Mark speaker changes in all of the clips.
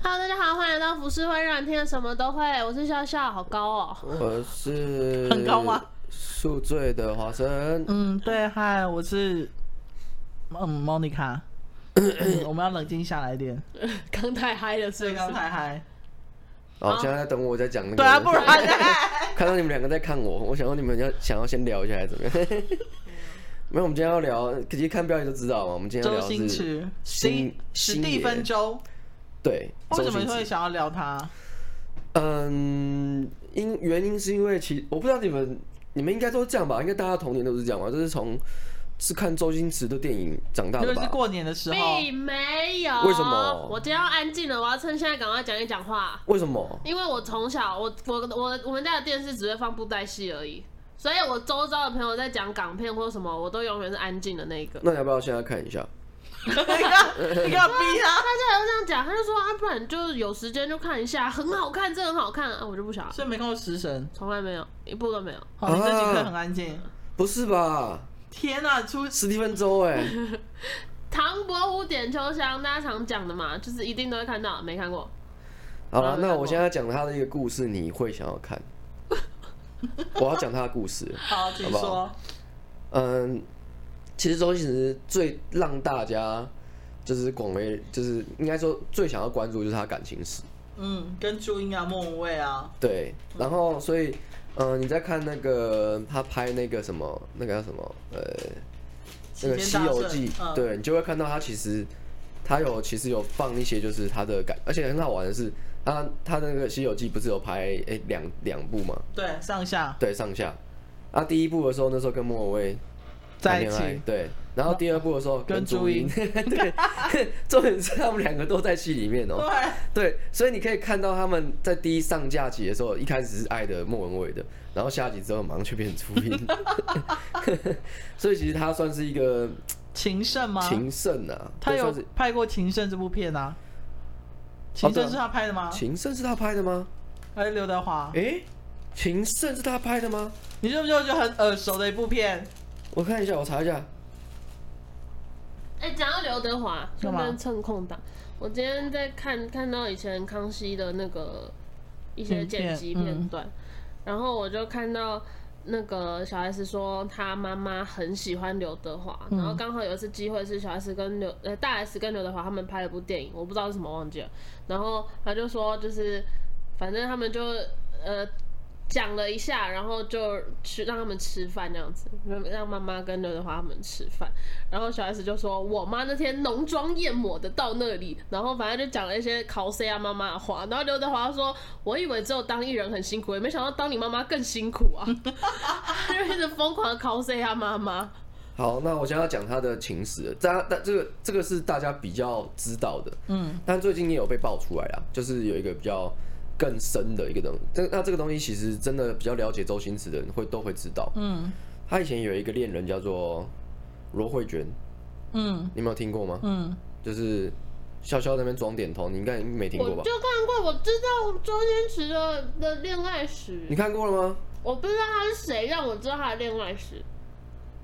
Speaker 1: Hello，大家好，欢迎来到服饰会，让你听的什么都会。我是笑笑，好高哦。
Speaker 2: 我是
Speaker 3: 很高吗？
Speaker 2: 宿醉的华生，
Speaker 3: 嗯，对，嗨，我是嗯，Monica，嗯我们要冷静下来一点。
Speaker 1: 刚太嗨了，是不是？
Speaker 3: 太嗨，
Speaker 2: 哦，现在在等我在讲那个。
Speaker 3: 对啊，不然
Speaker 2: 看到你们两个在看我，我想说你们要想要先聊一下还是怎么样？ 没有，我们今天要聊，其实看标题就知道嘛。我们今天要
Speaker 3: 周
Speaker 2: 聊
Speaker 3: 星
Speaker 2: 的是
Speaker 3: 驰、
Speaker 2: 新
Speaker 3: 史史蒂芬周，
Speaker 2: 对，
Speaker 3: 为什
Speaker 2: 周
Speaker 3: 么
Speaker 2: 星
Speaker 3: 会
Speaker 2: 驰？
Speaker 3: 想要聊他？
Speaker 2: 嗯，因原因是因为其哦我不知道你们你们应该都这样吧？应该大家童年都是这样吧？就是从是看周星驰的电影长大
Speaker 3: 因
Speaker 2: 的
Speaker 3: 为是
Speaker 2: 吧？
Speaker 3: 过年的时候，
Speaker 1: 并没有。
Speaker 2: 为什么
Speaker 1: 我今天要安静了，我要趁现在赶快讲一讲话。
Speaker 2: 为什么？
Speaker 1: 因为我从小，我我我我们家的电视只会放布袋戏而已，所以我周遭的朋友在讲港片或什么，我都永远是安静的那一个。啊
Speaker 2: 那你要不要现在看一下？
Speaker 3: 你个你个逼 啊！
Speaker 1: 大家还会这样讲，他就说啊，不然就有时间就看一下，很好看，这很好看啊，我就不想，
Speaker 3: 所以没看过《食神》
Speaker 1: 从来没有一部都没有。
Speaker 3: 哦，你这几
Speaker 2: 啊
Speaker 3: 刻很安静。
Speaker 2: 不是吧？
Speaker 3: 天哪、出
Speaker 2: 史蒂芬周哎、
Speaker 1: 唐伯虎点秋香，大家常讲的嘛，就是一定都会看到，没看过。
Speaker 2: 好
Speaker 1: 我
Speaker 2: 了，
Speaker 1: 没
Speaker 2: 那
Speaker 1: 看
Speaker 2: 我
Speaker 1: 过
Speaker 2: 现在讲他的一个故事，你会想要看？ 我要讲他的故事。
Speaker 3: 好，请
Speaker 2: 好不
Speaker 3: 说。
Speaker 2: 嗯，其实周星驰最让大家就是广为，就是应该说最想要关注就是他感情史。
Speaker 3: 嗯，跟朱茵啊、莫文蔚啊，
Speaker 2: 对，然后所以，嗯、你在看那个他拍那个什么，那个叫什么，呃，那个《
Speaker 3: 齐
Speaker 2: 西
Speaker 3: 天大
Speaker 2: 游
Speaker 3: 圣
Speaker 2: 记》
Speaker 3: 嗯
Speaker 2: 对你就会看到他其实他有其实有放一些就是他的感，而且很好玩的是，他他那个《西游记》不是有拍诶两两部嘛，
Speaker 3: 对，上下
Speaker 2: 对上下。啊，第一部的时候那时候跟莫文蔚谈
Speaker 3: 在一
Speaker 2: 恋爱
Speaker 3: 起，，
Speaker 2: 对，然后第二部的时候
Speaker 3: 跟
Speaker 2: 朱
Speaker 3: 朱茵
Speaker 2: 茵， 对，重点是他们两个都在戏里面哦、
Speaker 3: 对，
Speaker 2: 对，所以你可以看到他们在第一上架集的时候，一开始是爱的莫文蔚的，然后下集之后马上就变成朱 茵，所以其实他算是一个
Speaker 3: 情圣吗？
Speaker 2: 情圣啊，
Speaker 3: 他
Speaker 2: 对
Speaker 3: 有
Speaker 2: 算是
Speaker 3: 拍过《情圣》这部片啊，《情
Speaker 2: 对
Speaker 3: 圣
Speaker 2: 啊》
Speaker 3: 是他拍的吗？
Speaker 2: 情圣是他拍的吗？
Speaker 3: 还是刘德华？
Speaker 2: 诶、情圣是他拍的吗？
Speaker 3: 你是不是就觉得很耳熟的一部片？
Speaker 2: 我看一下，我查一下，
Speaker 1: 哎、讲到刘德华，
Speaker 3: 干
Speaker 1: 顺
Speaker 3: 嘛
Speaker 1: 便趁空档，我今天在看看到以前康熙的那个一些
Speaker 3: 影片嗯
Speaker 1: 剪辑片段，然后我就看到那个小 S 说她妈妈很喜欢刘德华，然后刚好有一次机会是小 S 跟刘呃大 S 跟刘德华他们拍了部电影，我不知道是什么忘记了，然后他就说就是反正他们就呃。讲了一下，然后就去让他们吃饭这样子，让让妈妈跟刘德华他们吃饭。然后小 S 就说：“我妈那天浓妆艳抹的到那里，然后反正就讲了一些 cos 啊妈妈的话。”然后刘德华说：“我以为只有当艺人很辛苦，也 没想到当你妈妈更辛苦啊！”他就一直疯狂的 cos 啊妈妈。
Speaker 2: 好，那我现在要讲他的情史了，大家但这个这个是大家比较知道的，
Speaker 3: 嗯，
Speaker 2: 但最近也有被爆出来啦，就是有一个比较更深的一个东西。这那这个东西其实真的比较了解周星驰的人会都会知道。
Speaker 3: 嗯
Speaker 2: 他以前有一个恋人叫做罗慧娟，
Speaker 3: 嗯
Speaker 2: 你没有听过吗？
Speaker 3: 嗯，
Speaker 2: 就是笑笑在那边装点头，你应该没听
Speaker 1: 我
Speaker 2: 过吧？
Speaker 1: 就看过，我知道周星驰的的恋爱史
Speaker 2: 你，看过了吗？
Speaker 1: 我不知道他是谁，让我知道他的恋爱 史。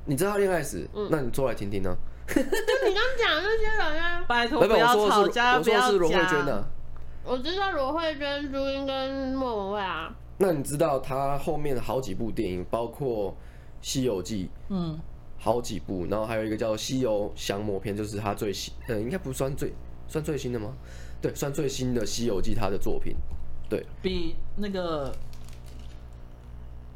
Speaker 2: 你知道他恋爱史？
Speaker 1: 嗯
Speaker 2: 那你说来听听啊呢、
Speaker 1: 就你刚讲的那些人啊，
Speaker 3: 拜
Speaker 2: 啊？
Speaker 3: 托不要
Speaker 2: 我说
Speaker 3: 吵
Speaker 2: 的是
Speaker 3: 架，
Speaker 2: 我
Speaker 3: 不
Speaker 2: 说的
Speaker 3: 要
Speaker 2: 是罗慧
Speaker 3: 讲。
Speaker 2: 娟啊呢、
Speaker 1: 我知道罗慧娟、朱茵跟莫文蔚啊。
Speaker 2: 那你知道他后面好几部电影，包括《西游记》
Speaker 3: 嗯，
Speaker 2: 好几部，然后还有一个叫《西游降魔篇》，就是他最新，呃，应该不算最算最新的吗？对，算最新的《西游记》他的作品。对，
Speaker 3: 比那个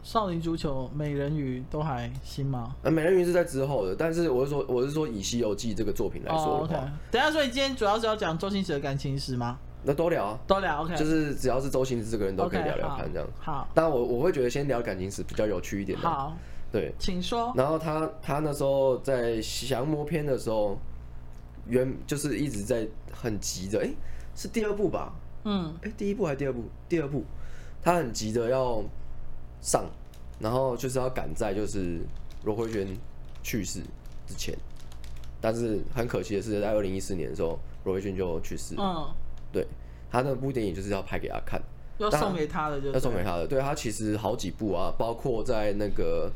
Speaker 3: 少林足球、美人鱼都还新吗？
Speaker 2: 呃，美人鱼是在之后的，但是我是说，我是说以《西游记》这个作品来
Speaker 3: 哦
Speaker 2: 说
Speaker 3: ，OK
Speaker 2: 的话，。
Speaker 3: 等一下，所以今天主要是要讲周星驰的感情史吗？
Speaker 2: 那都聊啊，
Speaker 3: 都聊，OK，
Speaker 2: 就是只要是周星驰这个人都可以
Speaker 3: OK，
Speaker 2: 聊聊
Speaker 3: 好
Speaker 2: 看这样。
Speaker 3: 好，
Speaker 2: 当然我我会觉得先聊感情史比较有趣一点的、
Speaker 3: 好，
Speaker 2: 对。
Speaker 3: 请说。
Speaker 2: 然后他他那时候在降魔篇的时候，原就是一直在很急着，哎、是第二部吧？
Speaker 3: 嗯
Speaker 2: 哎、第一部还是第二部？第二部，他很急着要上，然后就是要赶在就是罗慧娟去世之前，但是很可惜的是，在二零一四年的时候，罗慧娟就去世了。
Speaker 3: 嗯，
Speaker 2: 对，他那部电影就是要拍给他看，
Speaker 3: 要
Speaker 2: 当然
Speaker 3: 送给他的就
Speaker 2: 要送给
Speaker 3: 对。
Speaker 2: 他的。对他其实好几部啊，包括在那个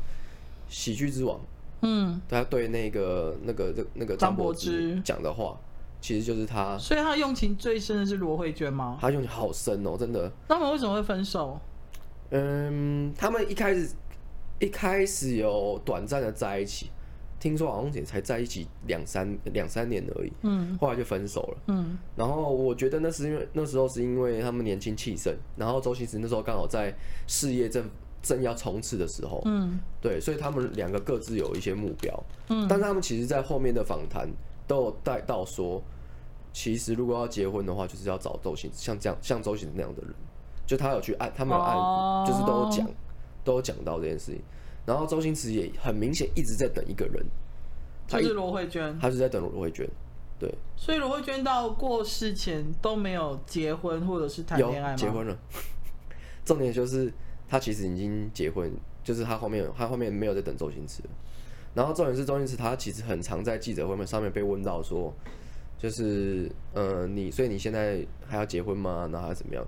Speaker 2: 《喜剧之王》，
Speaker 3: 嗯，
Speaker 2: 他对那个那个那个
Speaker 3: 张
Speaker 2: 柏
Speaker 3: 柏芝
Speaker 2: 讲的话，其实就是他，
Speaker 3: 所以他用情最深的是罗慧娟吗？
Speaker 2: 他用的好深哦，真的。
Speaker 3: 他们为什么会分手？
Speaker 2: 嗯，他们一开始一开始有短暂的在一起，听说好像也才在一起两三两三年而已，
Speaker 3: 嗯
Speaker 2: 后来就分手了。
Speaker 3: 嗯
Speaker 2: 然后我觉得那是因为那时候是因为他们年轻气盛，然后周星驰那时候刚好在事业正正要冲刺的时候，
Speaker 3: 嗯
Speaker 2: 对，所以他们两个各自有一些目标，
Speaker 3: 嗯
Speaker 2: 但是他们其实在后面的访谈都有带到说，其实如果要结婚的话，就是要找周星驰像这样像周星驰那样的人，就他有去按，他们有按，
Speaker 3: 哦
Speaker 2: 就是都有讲，都有讲到这件事情。然后周星驰也很明显一直在等一个人，他
Speaker 3: 就
Speaker 2: 一
Speaker 3: 是罗慧娟。
Speaker 2: 他是在等罗慧娟，对，
Speaker 3: 所以罗慧娟到过世前都没有结婚或者是谈
Speaker 2: 有
Speaker 3: 恋爱吗？
Speaker 2: 结婚了。 重点就是他其实已经结婚，就是他后面有他后面没有在等周星驰了。然后重点是周星驰他其实很常在记者会面上面被问到说，就是呃你所以你现在还要结婚吗？然后还是怎么样？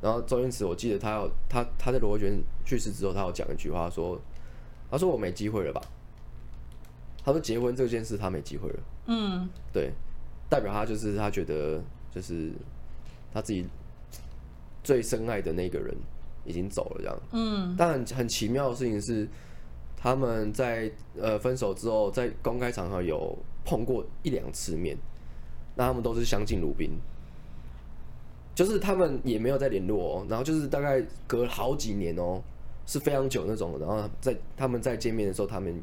Speaker 2: 然后周星驰我记得他有他他在罗慧娟去世之后，他有讲一句话说，他说我没机会了吧？他说结婚这件事他没机会了。
Speaker 3: 嗯，
Speaker 2: 对，代表他就是他觉得就是他自己最深爱的那个人已经走了这样。
Speaker 3: 嗯
Speaker 2: 但很很奇妙的事情是，他们在呃分手之后，在公开场合有碰过一两次面，那他们都是相敬如宾。就是他们也没有再联络、哦，然后就是大概隔了好几年哦，是非常久那种。然后在他们在见面的时候，他们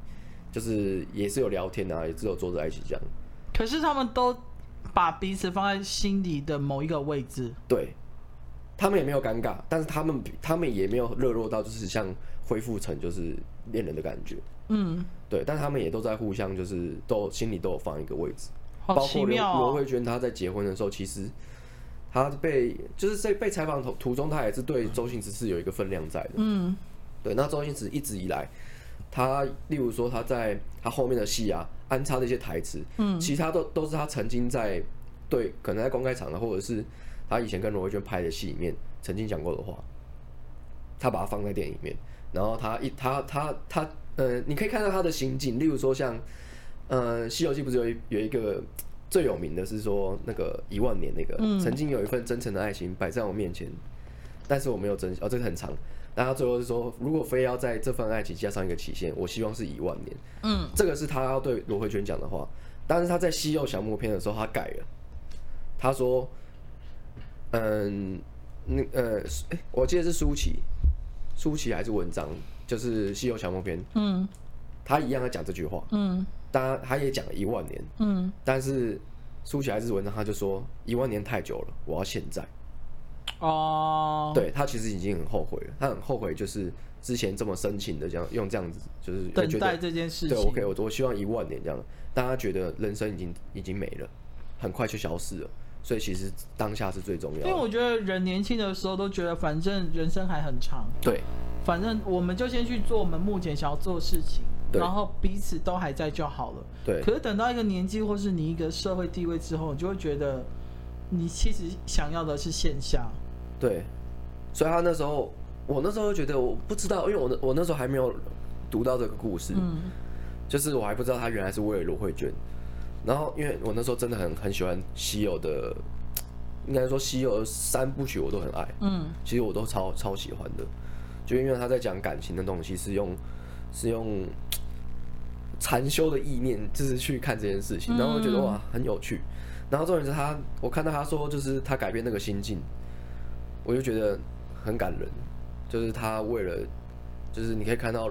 Speaker 2: 就是也是有聊天啊，也是有坐在一起这样。
Speaker 3: 可是他们都把彼此放在心里的某一个位置。
Speaker 2: 对，他们也没有尴尬，但是他们他们也没有热络到就是像恢复成就是恋人的感觉。
Speaker 3: 嗯，
Speaker 2: 对，但他们也都在互相就是都心里都有放一个位置，
Speaker 3: 好
Speaker 2: 包括
Speaker 3: 奇
Speaker 2: 刘
Speaker 3: 妙
Speaker 2: 罗
Speaker 3: 哦。
Speaker 2: 慧娟她在结婚的时候，其实她被就是在被采访途途中，她也是对周星驰是有一个分量在的。
Speaker 3: 嗯
Speaker 2: 对，那周星驰一直以来，他例如说他在他后面的戏啊，安插的一些台词，
Speaker 3: 嗯
Speaker 2: 其他都都是他曾经在对可能在公开场合，或者是他以前跟罗慧娟拍的戏里面曾经讲过的话，他把它放在电影里面，然后他一他他他呃，你可以看到他的行径，例如说像呃，《西游记》不是有一有一个。最有名的是说那个一万年那个，
Speaker 3: 嗯
Speaker 2: 曾经有一份真诚的爱情摆在我面前，但是我没有珍惜。哦，这个很长。那他最后是说，如果非要在这份爱情加上一个期限，我希望是一万年。
Speaker 3: 嗯，
Speaker 2: 这个是他要对罗慧娟讲的话。但是他在《西游降魔篇》的时候，他改了。他说：“嗯，那呃，诶我记得是舒淇，舒淇还是文章，就是《西游降魔篇》，
Speaker 3: 嗯
Speaker 2: 他一样在讲这句话。
Speaker 3: 嗯
Speaker 2: 当然，他也讲了一万年，
Speaker 3: 嗯，
Speaker 2: 但是舒淇还是文章，他就说一万年太久了，我要现在。”
Speaker 3: 哦，，
Speaker 2: 对他其实已经很后悔了，他很后悔就是之前这么深情的这样用这样子，就是
Speaker 3: 等
Speaker 2: 觉
Speaker 3: 待
Speaker 2: 得
Speaker 3: 这件事
Speaker 2: 对
Speaker 3: 情。
Speaker 2: ，OK，我我希望一万年这样，但他觉得人生已经已经没了，很快就消失了，所以其实当下是最重
Speaker 3: 因为
Speaker 2: 要的。
Speaker 3: 我觉得人年轻的时候都觉得，反正人生还很长，
Speaker 2: 对
Speaker 3: 反正我们就先去做我们目前想要做的事情，
Speaker 2: 对
Speaker 3: 然后彼此都还在就好了。
Speaker 2: 对
Speaker 3: 可是等到一个年纪，或是你一个社会地位之后，你就会觉得，你其实想要的是线下。
Speaker 2: 对，所以他那时候，我那时候觉得我不知道，因为我那我那时候还没有读到这个故事，
Speaker 3: 嗯
Speaker 2: 就是我还不知道他原来是为了罗慧娟。然后，因为我那时候真的很很喜欢西游的，应该说西游三部曲我都很爱。
Speaker 3: 嗯
Speaker 2: 其实我都超超喜欢的，就因为他在讲感情的东西是用是用嘖禅修的意念，就是去看这件事情，然后我觉得
Speaker 3: 嗯
Speaker 2: 哇很有趣。然后重点是他，我看到他说就是他改变那个心境，我就觉得很感人，就是他为了就是你可以看到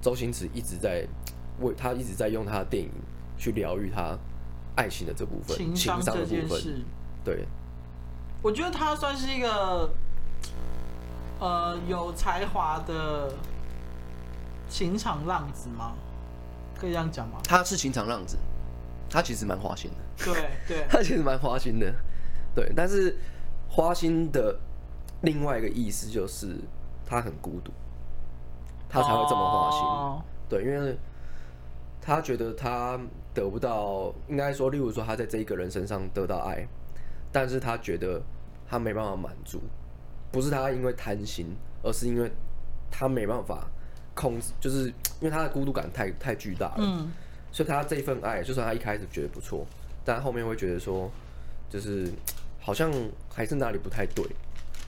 Speaker 2: 周星驰一直在嘖为他一直在用他的电影去疗愈他爱情的这部分
Speaker 3: 情
Speaker 2: 情
Speaker 3: 商
Speaker 2: 商的
Speaker 3: 这
Speaker 2: 部
Speaker 3: 件
Speaker 2: 分，
Speaker 3: 事，
Speaker 2: 对？
Speaker 3: 我觉得他算是一个，呃，有才华的情场浪子吗？可以这样讲吗
Speaker 2: 他是情场浪子，他其实蛮花心的。
Speaker 3: 对对，
Speaker 2: 他其实蛮花心的，对。但是花心的另外一个意思就是他很孤独，他才会这么花心。
Speaker 3: 哦
Speaker 2: 对，因为他觉得他得不到，应该说，例如说他在这一个人身上得到爱，但是他觉得他没办法满足，不是他因为贪心，而是因为他没办法控制，就是因为他的孤独感太太巨大了。
Speaker 3: 嗯
Speaker 2: 所以他这份爱，就算他一开始觉得不错，但后面会觉得说，就是好像还是哪里不太对，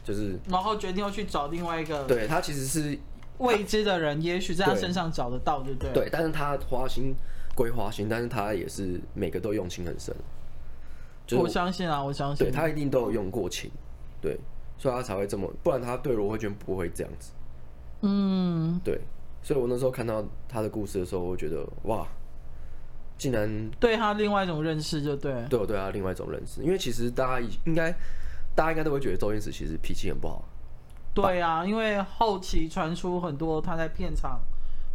Speaker 2: 就是
Speaker 3: 然后决定要去找另外一个
Speaker 2: 对他其实是
Speaker 3: 未知的人，也许在他
Speaker 2: 对
Speaker 3: 身上找得到，对不对？，
Speaker 2: 对，但是他花心归花心，但是他也是每个都用情很深，就是
Speaker 3: 我相信啊，我相信。
Speaker 2: 对他一定都有用过情，对，所以他才会这么，不然他对罗慧娟不会这样子。
Speaker 3: 嗯，
Speaker 2: 对，所以我那时候看到他的故事的时候，我觉得哇，竟然
Speaker 3: 对他另外一种认识，就对了。
Speaker 2: 对我对他另外一种认识。因为其实大家已应该，大家应该都会觉得周星驰其实脾气很不好，
Speaker 3: 对啊，因为后期传出很多他在片场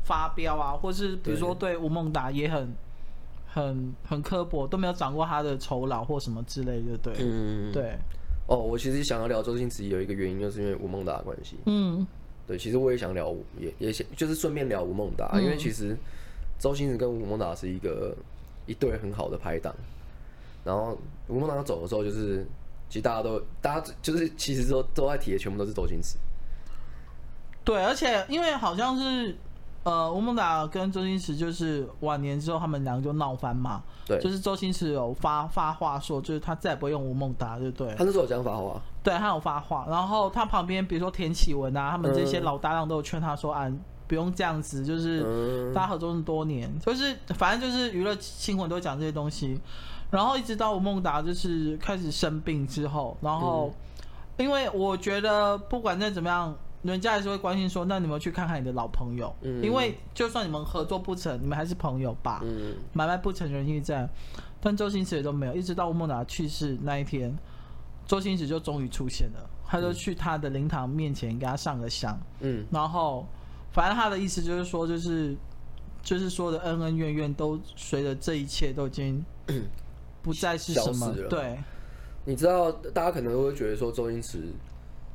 Speaker 3: 发飙啊，或是比如说对吴孟达也很、很、很刻薄，都没有掌握他的酬劳或什么之类的，对、
Speaker 2: 嗯，
Speaker 3: 对，
Speaker 2: 哦，我其实想要聊周星驰有一个原因，就是因为吴孟达的关系。
Speaker 3: 嗯，
Speaker 2: 对，其实我也想聊吴，也也想就是顺便聊吴孟达，因为
Speaker 3: 嗯
Speaker 2: 其实周星驰跟吴孟达是一个一对很好的拍档。然后吴孟达走的时候，就是其实大家都大家就是其实都都在提的全部都是周星驰。
Speaker 3: 对，而且因为好像是呃，吴孟达跟周星驰就是晚年之后他们两个就闹翻嘛，
Speaker 2: 对
Speaker 3: 就是周星驰有发发话说，就是他再也不会用吴孟达，对不对？
Speaker 2: 他那时候有讲法好啊，
Speaker 3: 对他有发话，然后他旁边比如说田启文啊，他们这些
Speaker 2: 嗯
Speaker 3: 老搭档都有劝他说啊，不用这样子，就是。
Speaker 2: 嗯，
Speaker 3: 大家合作这么多年，就是反正就是娱乐新闻都会讲这些东西，然后一直到吴孟达就是开始生病之后，然后、
Speaker 2: 嗯
Speaker 3: 因为我觉得不管再怎么样，人家还是会关心说，那你们去看看你的老朋友，
Speaker 2: 嗯
Speaker 3: 因为就算你们合作不成，你们还是朋友吧，
Speaker 2: 嗯，
Speaker 3: 买卖不成仁义在。但周星驰也都没有，一直到吴孟达去世那一天，周星驰就终于出现了，他就去他的灵堂面前给他上个香。
Speaker 2: 嗯，
Speaker 3: 然后反正他的意思就是说，就是就是说的恩恩怨怨都随着这一切都已 经不再是什
Speaker 2: 消
Speaker 3: 么
Speaker 2: 失了，
Speaker 3: 对
Speaker 2: 你知道，大家可能会觉得说周星驰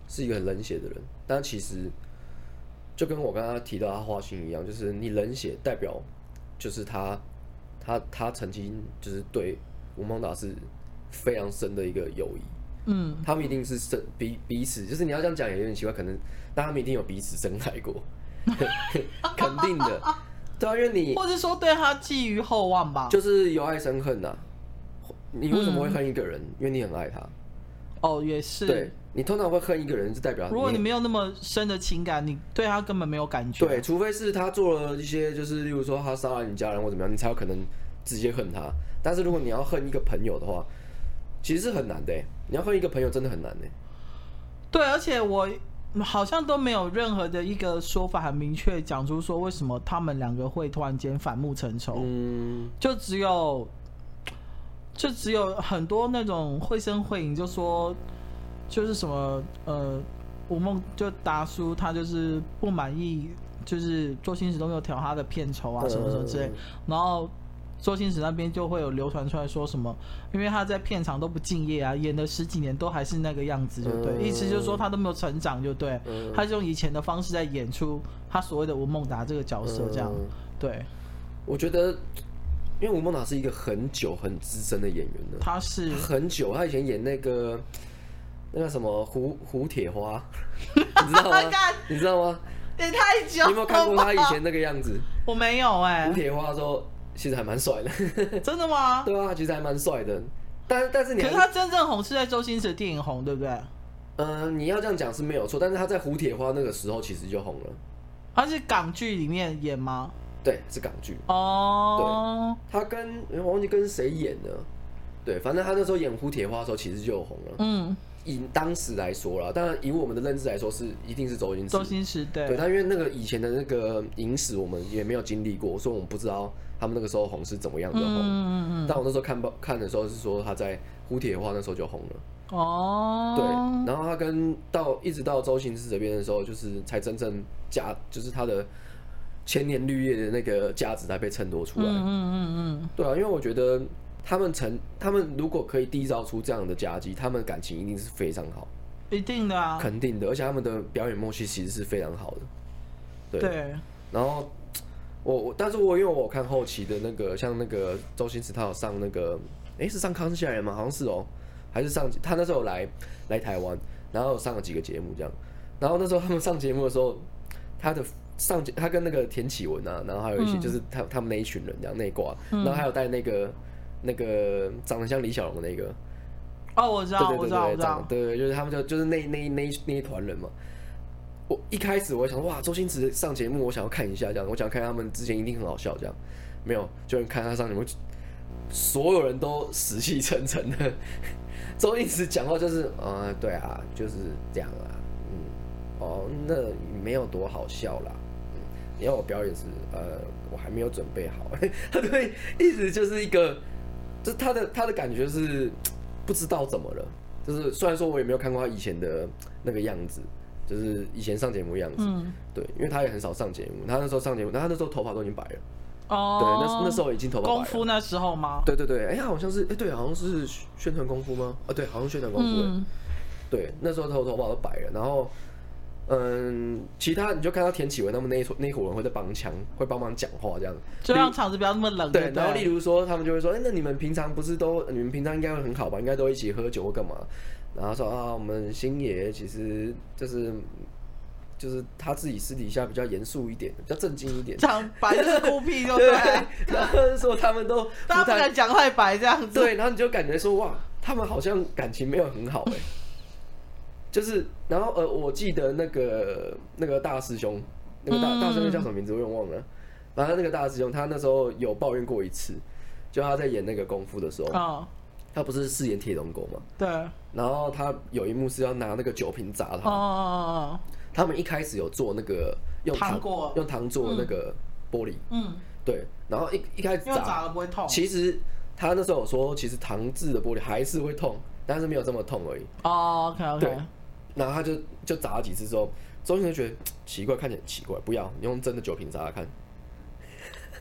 Speaker 2: 是一个很冷血的人，但其实就跟我刚刚提到他花心一样，就是你冷血代表就是他他他曾经就是对吴孟达是非常深的一个友谊，
Speaker 3: 嗯，
Speaker 2: 他们一定是深彼彼此，就是你要这样讲也有点奇怪，可能但他们一定有彼此深爱过， 肯定的，对啊，因为你
Speaker 3: 或者说对他寄予厚望吧。
Speaker 2: 就是由爱生恨呐、你为什么会恨一个人？因为你很爱他。
Speaker 3: 哦，也
Speaker 2: 对
Speaker 3: 是，
Speaker 2: 你通常会恨一个人，就代表
Speaker 3: 如果你
Speaker 2: 很
Speaker 3: 没有那么深的情感，你对他根本没有感觉。
Speaker 2: 对，，除非是他做了一些，就是例如说他杀了你家人或怎么样，你才有可能直接恨他。但是如果你要恨一个朋友的话，其实是很难的欸。你要恨一个朋友真的很难欸的。
Speaker 3: 对，而且我好像都没有任何的一个说法很明确讲出说为什么他们两个会突然间反目成仇。
Speaker 2: 嗯，
Speaker 3: 就只有就只有很多那种绘声绘影，就说就是什么呃，吴孟就达叔他就是不满意，就是周星驰都没有调他的片酬啊，什么什么之类，然后。周星驰那边就会有流传出来说什么，因为他在片场都不敬业啊，演了十几年都还是那个样子，就对，
Speaker 2: 嗯
Speaker 3: 意思就是说他都没有成长，就对，
Speaker 2: 嗯
Speaker 3: 他就用以前的方式在演出他所谓的吴孟达这个角色，这样，
Speaker 2: 嗯
Speaker 3: 对，
Speaker 2: 我觉得，因为吴孟达是一个很久很资深的演员了，
Speaker 3: 他是
Speaker 2: 他很久，他以前演那个那个什么胡胡铁花， 你知道吗
Speaker 3: 干？
Speaker 2: 你知道吗？
Speaker 3: 也太久
Speaker 2: 你有没有看过他以前那个样子？
Speaker 3: 我没有 哎、
Speaker 2: 胡铁花的时候其实还蛮帅的，
Speaker 3: 真的吗？
Speaker 2: 对啊，他其实还蛮帅的。但但是你
Speaker 3: 可
Speaker 2: 还
Speaker 3: 是他真正红是在周星驰的电影红，对不对？
Speaker 2: 嗯、你要这样讲是没有错，但是他在胡铁花那个时候其实就红了，
Speaker 3: 他是港剧里面演吗？
Speaker 2: 对，是港剧。
Speaker 3: 哦，
Speaker 2: 他跟我忘记跟谁演了，对，反正他那时候演胡铁花的时候其实就有红了。
Speaker 3: 嗯，
Speaker 2: 以当时来说啦，当然以我们的认知来说是一定是周星驰
Speaker 3: 周。星驰
Speaker 2: 对，
Speaker 3: 对，
Speaker 2: 但因为那个以前的那个影史，我们也没有经历过，所以我们不知道他们那个时候红是怎么样的
Speaker 3: 嗯
Speaker 2: 红。
Speaker 3: 嗯嗯
Speaker 2: 但我那时候看报看的时候是说他在胡铁花那时候就红了。
Speaker 3: 嗯，哦，
Speaker 2: 对，然后他跟到一直到周星驰这边的时候，就是才真正价，就是他的千年绿叶的那个价值才被衬托出来。
Speaker 3: 嗯嗯嗯
Speaker 2: 对啊，因为我觉得他们成，他们如果可以缔造出这样的佳绩，他们感情一定是非常好，
Speaker 3: 嗯，一定的啊，
Speaker 2: 肯定的，而且他们的表演默契其实是非常好的。对，
Speaker 3: 对，
Speaker 2: 然后。我我，但是我因为我看后期的那个，像那个周星驰，他有上那个，诶，是上《康熙来了》吗？好像是哦，还是上他那时候有来来台湾，然后有上了几个节目这样。然后那时候他们上节目的时候，他的上节他跟那个田启文啊，然后还有一些就是他、他们那一群人这样内挂，然后还有带那个那个长得像李小龙的那个，
Speaker 3: 哦，我知道，
Speaker 2: 对
Speaker 3: 我
Speaker 2: 对
Speaker 3: 知
Speaker 2: 对
Speaker 3: 道，我
Speaker 2: 对，
Speaker 3: 知
Speaker 2: 长
Speaker 3: 道
Speaker 2: 得，对对，就是他们就就是那那那一那一团人嘛。我一开始我想说哇，周星驰上节目，我想要看一下这样，我想看他们之前一定很好笑这样，没有，就是看他上节目，所有人都死气沉沉的。 周星驰讲话就是，呃，对啊，就是这样啊，嗯，哦，那没有多好笑啦，嗯，你要我表演时，呃，我还没有准备好， 他就会一直就是一个，就是他的他的感觉是不知道怎么了，就是虽然说我也没有看过他以前的那个样子，就是以前上节目的样子，
Speaker 3: 嗯，
Speaker 2: 对，因为他也很少上节目，他那时候上节目，他那时候头发都已经白了，
Speaker 3: 哦，
Speaker 2: 对，那时那时候已经头发白了，
Speaker 3: 功夫那时候吗？
Speaker 2: 啊对对对，哎、好像是，哎、对，好像是宣传功夫吗？啊，对，好像宣传功夫、哎
Speaker 3: 嗯，
Speaker 2: 对，那时候头头发都白了，然后，嗯，其他你就看到田启文他们那一撮那一伙人会在帮腔，会帮忙讲话这样，
Speaker 3: 就让场子不要那么冷，
Speaker 2: 对，
Speaker 3: 不
Speaker 2: 然后例如说，他们就会说，哎、那你们平常不是都，你们平常应该会很好吧？应该都一起喝酒或干嘛？然后说啊，我们星爷其实就是就是他自己私底下比较严肃一点，比较正经一点，
Speaker 3: 讲白就是孤僻，就
Speaker 2: 对
Speaker 3: 对了，
Speaker 2: 然后说他们都不
Speaker 3: 大家不
Speaker 2: 太
Speaker 3: 敢讲太白这 样子。
Speaker 2: 对，然后你就感觉说哇，他们好像感情没有很好哎、 就是，然后呃，我记得那个那个大师兄，那个大大师兄叫什么名字我有点忘了，反正那个大师兄他那时候有抱怨过一次，就他在演那个功夫的时候，
Speaker 3: 嗯，
Speaker 2: 他不是饰演铁龙狗嘛，
Speaker 3: 对，哦
Speaker 2: 然后他有一幕是要拿那个酒瓶砸
Speaker 3: 哦
Speaker 2: 他，
Speaker 3: 哦，哦
Speaker 2: 他们一开始有做那个用
Speaker 3: 糖
Speaker 2: 糖
Speaker 3: 果
Speaker 2: 用糖做那个玻璃，
Speaker 3: 嗯，
Speaker 2: 对，然后一一开始
Speaker 3: 因为砸了不会痛。
Speaker 2: 其实他那时候有说，其实糖制的玻璃还是会痛，但是没有这么痛而已。
Speaker 3: 哦，OK OK，
Speaker 2: 对然后他就就砸了几次之后，周星驰觉得奇怪，看起来很奇怪，不要，你用真的酒瓶砸他看。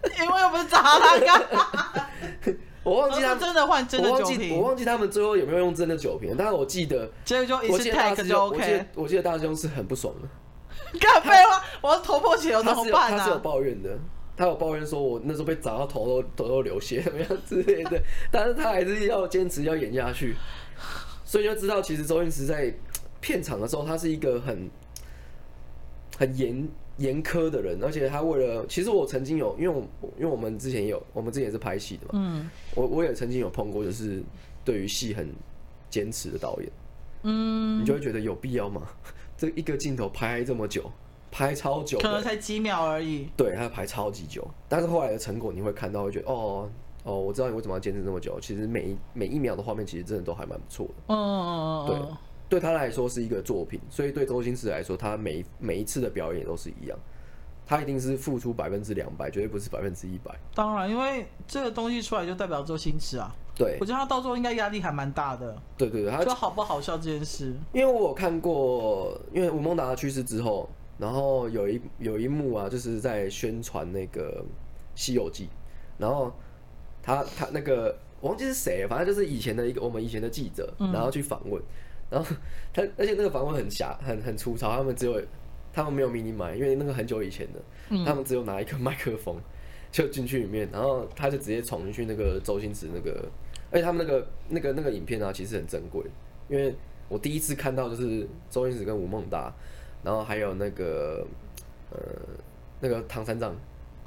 Speaker 3: 因为我们砸他干，
Speaker 2: 我忘记他
Speaker 3: 我说哦真的换真的
Speaker 2: 我忘
Speaker 3: 酒
Speaker 2: 记
Speaker 3: 瓶
Speaker 2: 我忘记他们最后有没有用真的酒瓶，但是我记得，
Speaker 3: 结果就一
Speaker 2: 我
Speaker 3: 次
Speaker 2: 记得大
Speaker 3: take
Speaker 2: 师
Speaker 3: 就
Speaker 2: 兄，我记得
Speaker 3: OK。
Speaker 2: 我记得大师兄是很不爽的，
Speaker 3: 干废话，我要头破血流哦怎
Speaker 2: 他
Speaker 3: 么
Speaker 2: 是有
Speaker 3: 办啊
Speaker 2: 他是有
Speaker 3: 呢？
Speaker 2: 抱怨的。他有抱怨说，我那时候被砸到头都头都流血，怎么样之类 的，但是他还是要坚持要演下去，所以就知道其实周星驰在片场的时候，他是一个很很严严苛的人，而且他为了，其实我曾经有，因为我因为我们之前也有，我们之前也是拍戏的嘛，
Speaker 3: 嗯
Speaker 2: 我我也曾经有碰过，就是对于戏很坚持的导演，你
Speaker 3: 嗯，
Speaker 2: 就会觉得有必要吗？ 这一个镜头拍这么久，拍超久的，
Speaker 3: 可能才几秒而已。
Speaker 2: 对，他排超级久，但是后来的成果你会看到，会觉得哦哦，我知道你为什么要坚持那么久。其实每一每一秒的画面，其实真的都还蛮不错的。
Speaker 3: 嗯嗯嗯
Speaker 2: 对
Speaker 3: 嗯，
Speaker 2: 对他来说是一个作品，所以对周星驰来说，他每一每一次的表演都是一样，他一定是付出百分之两百，绝对不是百分之一百。
Speaker 3: 当然，因为这个东西出来就代表周星驰啊，
Speaker 2: 对
Speaker 3: 我觉得他到时候应该压力还蛮大的，
Speaker 2: 对对对，他
Speaker 3: 就好不好笑这件事。
Speaker 2: 因为我有看过，因为吴孟达去世之后，然后有一有一幕啊，就是在宣传那个《西游记》，然后他他那个我忘记是谁了，反正就是以前的一个我们以前的记者，然后去访问，然后他而且那个访问很狭很很粗糙，他们只有他们没有 mini 麦，因为那个很久以前的，他们只有拿一个 麦克风就进去里面，然后他就直接闯进去那个周星驰那个，而且他们那个那个那个影片啊，其实很珍贵，因为我第一次看到就是周星驰跟吴孟达，然后还有那个呃那个唐三藏，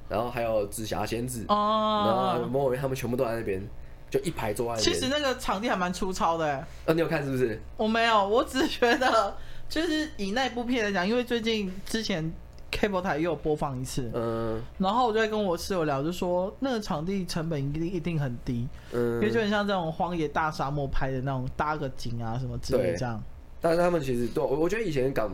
Speaker 2: 然后还有紫霞仙子，然后还有
Speaker 3: 哦，
Speaker 2: 莫文蔚他们全部都在那边，就一排坐在
Speaker 3: 其
Speaker 2: 那
Speaker 3: 实
Speaker 2: 边。
Speaker 3: 那个场地还蛮粗糙的、欸。
Speaker 2: 呃，你有看是不是？
Speaker 3: 我没有，我只是觉得就是以那部片来讲，因为最近之前 cable 台又有播放一次，
Speaker 2: 嗯
Speaker 3: 然后我就在跟我室友聊，就说那个场地成本一定一定很低，因为就
Speaker 2: 嗯，
Speaker 3: 很像这种荒野大沙漠拍的那种搭个景啊什么之类
Speaker 2: 对
Speaker 3: 这样。
Speaker 2: 但是他们其实都，我我觉得以前港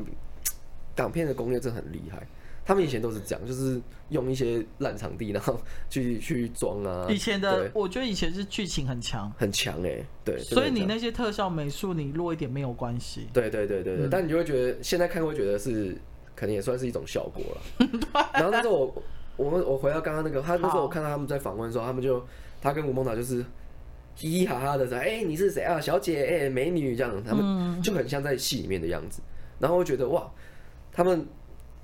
Speaker 2: 港片的工业真的很厉害，他们以前都是这样，就是用一些烂场地，然后去去装啊。
Speaker 3: 以前的
Speaker 2: 对
Speaker 3: 我觉得以前是剧情很强，
Speaker 2: 很强哎、对，真的
Speaker 3: 所以
Speaker 2: 很
Speaker 3: 你
Speaker 2: 强
Speaker 3: 那些特效美术你弱一点没有关系。
Speaker 2: 对对对对对，但你就会觉得现在看会觉得是，可能也算是一种效果了。然后那时候我我我回到刚刚那个，他那时候
Speaker 3: 好
Speaker 2: 我看到他们在访问的时候，他们就他跟吴孟达就是嘻嘻哈哈的在，哎、你是谁啊，小姐，哎、美女这样，他们就很像在戏里面的样子。然后我觉得哇，他们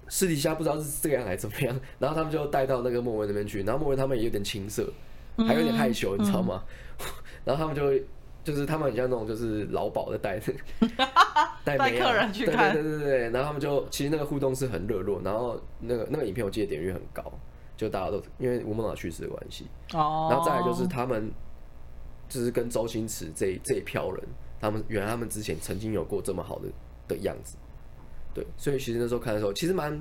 Speaker 2: 私底下不知道是这样还是怎么样，然后他们就带到那个莫文那边去，然后莫文他们也有点青涩，还有点害羞，你知道吗？ 然后他们就会就是他们很像那种就是老鸨在带 带
Speaker 3: 带
Speaker 2: 妹啊
Speaker 3: 客人去看
Speaker 2: 对对对对对，然后他们就其实那个互动是很热络，然后那个那个影片我记得点阅很高，就大家都因为吴孟达去世的关系，
Speaker 3: 哦，
Speaker 2: 然后再来就是他们就是跟周星驰这一这一票人，他们原来他们之前曾经有过这么好的的样子，对，所以其实那时候看的时候，其实蛮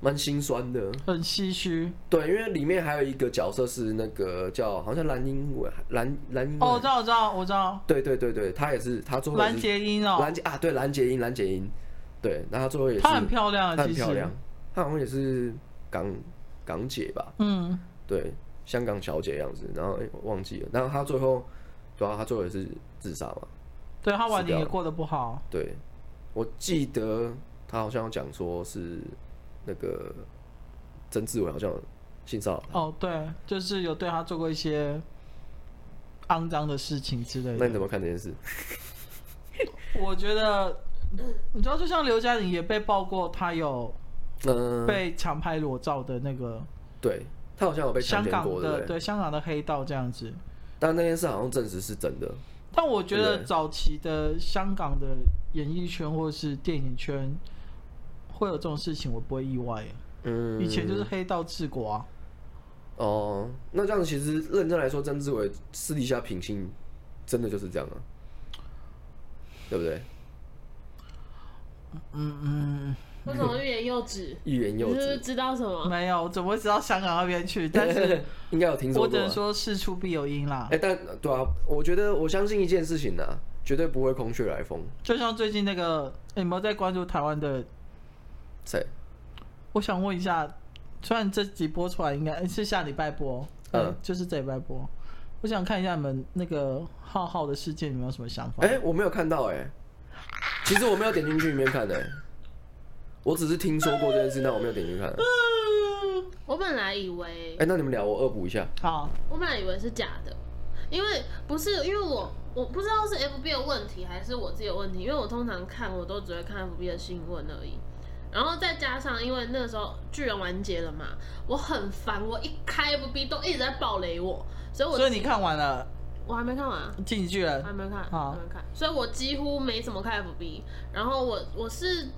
Speaker 2: 蛮心酸的，
Speaker 3: 很唏嘘。
Speaker 2: 对，因为里面还有一个角色是那个叫好像蓝英伟，蓝蓝英伟，
Speaker 3: 哦，我知道，我知道，我知道，
Speaker 2: 对对对嗯对，他也是他最后也
Speaker 3: 蓝
Speaker 2: 是
Speaker 3: 洁瑛哦
Speaker 2: 蓝，洁啊，对蓝洁瑛，蓝洁瑛，对，那她最后也是
Speaker 3: 她很漂亮
Speaker 2: 她
Speaker 3: 啊，
Speaker 2: 很
Speaker 3: 其
Speaker 2: 漂亮
Speaker 3: 实，，
Speaker 2: 她好像也是港港姐吧，
Speaker 3: 嗯，
Speaker 2: 对，香港小姐样子，然后哎、我忘记了，然后她最后，主要她最后也是自杀嘛，
Speaker 3: 对她晚
Speaker 2: 死掉
Speaker 3: 年也
Speaker 2: 了
Speaker 3: 过得不好，
Speaker 2: 对，我记得她好像有讲说是那个曾志伟好像有性骚扰她，
Speaker 3: 哦，对，就是有对她做过一些肮脏的事情之类
Speaker 2: 那
Speaker 3: 的
Speaker 2: 你。怎么看这件事？
Speaker 3: 我觉得，你知道，就像刘嘉玲也被曝过，她有
Speaker 2: 嗯、
Speaker 3: 被强拍裸照的那个
Speaker 2: 对，她好像有被强
Speaker 3: 香
Speaker 2: 奸
Speaker 3: 港
Speaker 2: 过，对不
Speaker 3: 的，
Speaker 2: 对？
Speaker 3: 对香港的黑道这样子。
Speaker 2: 但那件事好像证实是真的，
Speaker 3: 但我觉
Speaker 2: 对不
Speaker 3: 得
Speaker 2: 对
Speaker 3: 早期的香港的演艺圈或是电影圈会有这种事情，我不会意外耶。
Speaker 2: 嗯，
Speaker 3: 以前就是黑道治国啊，
Speaker 2: 哦，那这样其实认真来说，曾志伟私底下品性真的就是这样啊，对不对？
Speaker 3: 嗯
Speaker 1: 为什么欲言又止？
Speaker 2: 欲言
Speaker 1: 你是
Speaker 2: 又
Speaker 1: 不是
Speaker 2: 止，
Speaker 1: 知道什
Speaker 3: 嗯，
Speaker 1: 么？
Speaker 3: 没有，我怎么会知道香港那边去？但是
Speaker 2: 应该有听说
Speaker 3: 我
Speaker 2: 过
Speaker 3: 只
Speaker 2: 吧、
Speaker 3: 能说事出必有因啦
Speaker 2: 哎、。但对啊，我觉得我相信一件事情啊，绝对不会空穴来风。
Speaker 3: 就像最近那个，你有没有在关注台湾的？
Speaker 2: 谁？
Speaker 3: 我想问一下，虽然这集播出来应该是下礼拜播，
Speaker 2: 嗯
Speaker 3: 嗯，就是这礼拜播。我想看一下你们那个浩浩的事件有没有什么想法？
Speaker 2: 哎、我没有看到哎、其实我没有点进去里面看的、哎我只是听说过这件事，但我没有点进去看、
Speaker 1: 我本来以为
Speaker 2: 哎、那你们聊，我恶补一下。
Speaker 3: 好，
Speaker 1: 我本来以为是假的，因为不是因为我我不知道是 FB 的问题还是我自己的问题，因为我通常看我都只会看 FB 的新闻而已。然后再加上，因为那个时候巨人完结了嘛，我很烦，我一开 FB 都一直在暴雷我，所以我
Speaker 3: 所以你看完了
Speaker 1: 我还没看完、啊，
Speaker 3: 进去了
Speaker 1: 我还没看，
Speaker 3: 好
Speaker 1: 还没看，所以我几乎没怎么看 FB。然后我我是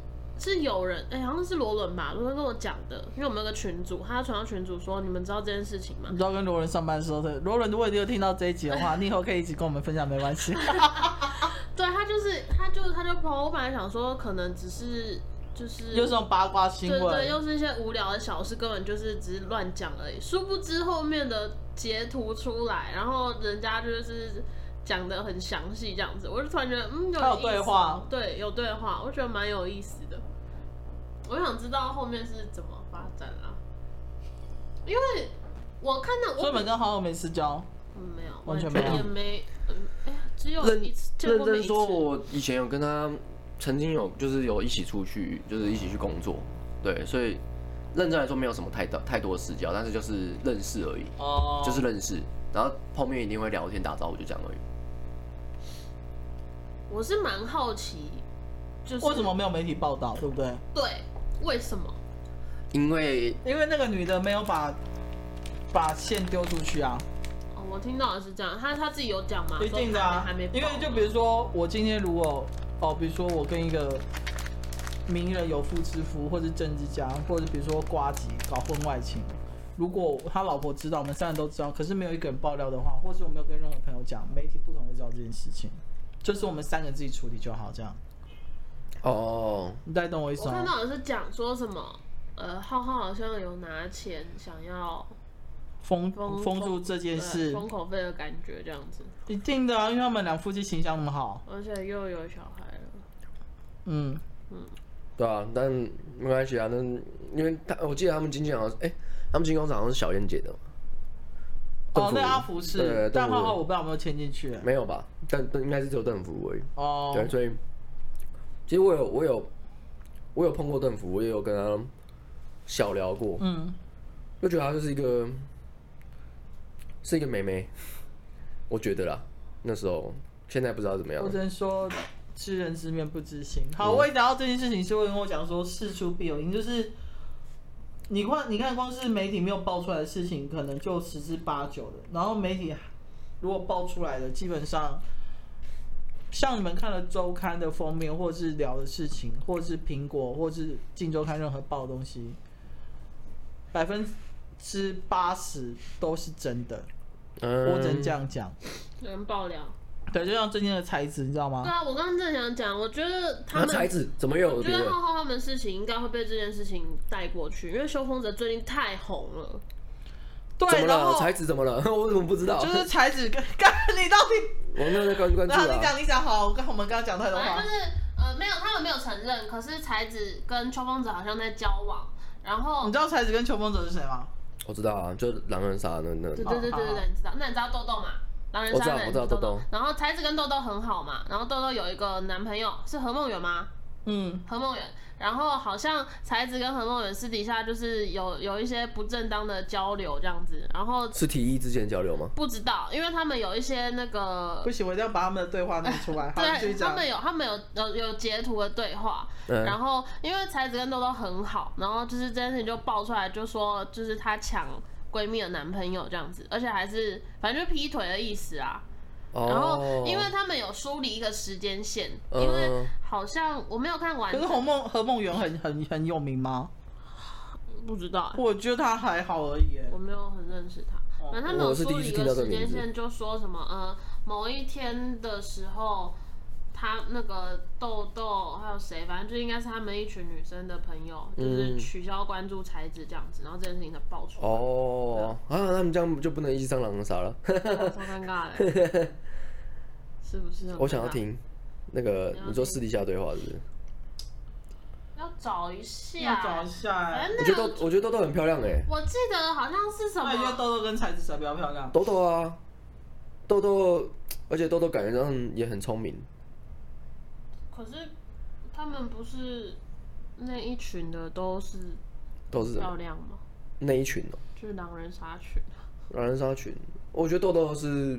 Speaker 1: 是有人，哎、好像是罗伦吧，罗伦跟我讲的，因为我们有个群主，他传到群主说，你们知道这件事情吗？
Speaker 3: 你知道跟罗伦上班的时候，罗伦如果你有听到这一集的话，你以后可以一起跟我们分享，没 关系。
Speaker 1: 对他就是，他就他就 po，我本来想说可能只是就是
Speaker 3: 又是那种八卦新
Speaker 1: 对
Speaker 3: 闻，
Speaker 1: 对，又是一些无聊的小事，根本就是只是乱讲而已。殊不知后面的截图出来，然后人家就是讲的很详细这样子，我就突然觉得嗯，有
Speaker 3: 还有
Speaker 1: 点意
Speaker 3: 对
Speaker 1: 思
Speaker 3: 话
Speaker 1: 哦对，有对话，我觉得蛮有意思的。我想知道后面是怎么发展啊，因为我看到
Speaker 3: 所以
Speaker 1: 我
Speaker 3: 我们跟好友没私交。
Speaker 1: 嗯没有，
Speaker 3: 完全
Speaker 1: 我也
Speaker 3: 没有
Speaker 1: 也没，嗯，哎呀，只有
Speaker 2: 认
Speaker 1: 一次见
Speaker 2: 认
Speaker 1: 过每
Speaker 2: 真
Speaker 1: 一
Speaker 2: 说，
Speaker 1: 次
Speaker 2: 我以前有跟他曾经有就是有一起出去，就是一起去工作，对，所以认真来说没有什么太大太多的私交，但是就是认识而已，
Speaker 3: 哦
Speaker 2: 就是认识，然后碰面一定会聊天打招呼，就这样而已。
Speaker 1: 我是蛮好奇，就是
Speaker 3: 为什么没有媒体报道，对不对？
Speaker 1: 对为什么？
Speaker 2: 因为
Speaker 3: 因为那个女的没有把把线丢出去啊，
Speaker 1: 哦，我听到的是这样，他他自己有讲吗？
Speaker 3: 一定的啊
Speaker 1: 说他还没，报
Speaker 3: 因为就比如说我今天如果哦，比如说我跟一个名人有夫之妇，或是政治家，或者比如说瓜吉搞婚外情，如果他老婆知道，我们三人都知道，可是没有一个人爆料的话，或是我没有跟任何朋友讲，媒体不可能会知道这件事情，就是我们三个人自己处理就好，这样，
Speaker 2: 哦，
Speaker 3: 你大概懂我意思
Speaker 1: 我看
Speaker 3: 吗？
Speaker 1: 到的是讲说什么，呃，浩浩好像有拿钱想要
Speaker 3: 封
Speaker 1: 封
Speaker 3: 封住这件
Speaker 1: 对
Speaker 3: 事，
Speaker 1: 封口费的感觉这样子，
Speaker 3: 一定的啊，因为他们俩夫妻形象那么好，
Speaker 1: 而且又有小孩了，
Speaker 3: 嗯，
Speaker 2: 对啊，但没关系啊，那因为他我记得他们经纪人好像，哎、他们经纪公司好像是小燕姐的嘛，
Speaker 3: 哦
Speaker 2: 邓，福
Speaker 3: 那阿福
Speaker 2: 对
Speaker 3: 是
Speaker 2: 对，
Speaker 3: 但
Speaker 2: 邓
Speaker 3: 浩
Speaker 2: 福
Speaker 3: 浩我不知道有没有签进去，
Speaker 2: 没有吧？但但应该是只有邓福如而已。
Speaker 3: 哦，
Speaker 2: 对，所以其实我有我有我有碰过邓福，我也有跟他小聊过，
Speaker 3: 嗯，
Speaker 2: 就觉得她就是一个是一个妹妹，我觉得啦，那时候现在不知道怎么样
Speaker 3: 我，只能说知人知面不知心。
Speaker 2: 嗯
Speaker 3: 好，我也讲到这件事情，是会跟我讲说事出必有因，就是你光你看光是媒体没有爆出来的事情，可能就十之八九的，然后媒体如果爆出来的，基本上。像你们看了周刊的封面，或是聊的事情，或是苹果，或是镜周刊任何报的东西，百分之八十都是真的。
Speaker 2: 嗯，
Speaker 3: 我只能这样讲。
Speaker 1: 能爆料。
Speaker 3: 对，就像最近的才子，你知道
Speaker 1: 对
Speaker 3: 吗？
Speaker 1: 啊，我刚刚正想讲，我觉得他
Speaker 2: 那
Speaker 1: 们
Speaker 2: 才子怎么又有
Speaker 1: 我觉
Speaker 2: 别
Speaker 1: 得
Speaker 2: 人
Speaker 1: 浩？浩他们事情应该会被这件事情带过去，因为修风者最近太红了。
Speaker 2: 怎
Speaker 3: 对，
Speaker 1: 啊
Speaker 2: 么
Speaker 3: 然
Speaker 2: 了？
Speaker 3: 后
Speaker 2: 才子怎么了？ 我怎么不知道？
Speaker 3: 就是才子跟干你到底，
Speaker 2: 我没有在关关注
Speaker 3: 然后你
Speaker 2: 啊。
Speaker 3: 讲你讲好，我跟我们刚刚讲太多
Speaker 1: 反
Speaker 3: 话
Speaker 1: 正就。是呃，没有，他们没有承认，可是才子跟秋风者好像在交往，然后
Speaker 3: 你知道才子跟秋风者是谁吗？
Speaker 2: 我知道啊，就是狼人杀那那
Speaker 1: 对对对对对
Speaker 3: 哦好好
Speaker 1: 对，你知道？那你知道豆豆嘛？狼人
Speaker 2: 我知道
Speaker 1: 杀人
Speaker 2: 我知道
Speaker 1: 豆
Speaker 2: 豆豆
Speaker 1: 然后才子跟豆豆很好嘛，然后豆豆有一个男朋友是何梦远吗？
Speaker 3: 嗯，
Speaker 1: 何梦远，然后好像才子跟何梦远私底下就是有有一些不正当的交流这样子，然后
Speaker 2: 是提议之前交流吗？
Speaker 1: 不知道，因为他们有一些那个
Speaker 3: 不行，我一定要把他们的对话弄出来。好，你继
Speaker 1: 对，
Speaker 3: 续
Speaker 1: 他
Speaker 3: 讲。
Speaker 1: 们有他们有有有截图的对话，
Speaker 2: 嗯
Speaker 1: 然后因为才子跟豆豆很好，然后就是这件事情就爆出来，就说就是她抢闺蜜的男朋友这样子，而且还是反正就劈腿的意思啊。然
Speaker 2: 哦
Speaker 1: 后，因为他们有梳理一个时间线，
Speaker 2: 嗯
Speaker 1: 因为好像我没有看完
Speaker 3: 可
Speaker 1: 整，
Speaker 3: 是红梦何梦圆很很很有名吗？
Speaker 1: 不知道欸、
Speaker 3: 我觉得他还好而已。
Speaker 1: 我没有很认识他，反正他们
Speaker 2: 哦我
Speaker 1: 有
Speaker 2: 是
Speaker 1: 梳
Speaker 2: 第一
Speaker 1: 理
Speaker 2: 次
Speaker 1: 一
Speaker 2: 听到
Speaker 1: 个
Speaker 2: 这
Speaker 1: 时
Speaker 2: 个名
Speaker 1: 间
Speaker 2: 字
Speaker 1: 线，就说什么呃某一天的时候，他那个豆豆还有谁，反正就应该是他们一群女生的朋友，就是
Speaker 2: 嗯
Speaker 1: 取消关注才子这样子，然后这件事情才爆出来，
Speaker 2: 哦啊，他们这样就不能一起上狼人杀了。
Speaker 1: 超尴尬的， 是不是？
Speaker 2: 我想要，听那个
Speaker 1: 要
Speaker 2: 你说
Speaker 1: 听啊
Speaker 2: 私底下对话是不是？
Speaker 1: 要找一下，
Speaker 3: 要找一下
Speaker 1: 反
Speaker 3: 欸。
Speaker 1: 正
Speaker 2: 我
Speaker 1: 那
Speaker 2: 觉得
Speaker 1: 个
Speaker 2: 豆，我觉得豆豆很漂亮哎、
Speaker 1: 我记得好像是什
Speaker 3: 那你觉得
Speaker 1: 么，
Speaker 3: 豆豆跟才子谁比较漂亮？
Speaker 2: 豆豆啊，豆豆，而且豆豆感觉上也很聪明。
Speaker 1: 可是他们不是那一群的都是
Speaker 2: 都是什
Speaker 1: 漂
Speaker 2: 么
Speaker 1: 亮吗？
Speaker 2: 那一群哦、
Speaker 1: 就是狼人杀群。
Speaker 2: 狼人杀群。我觉得豆豆是，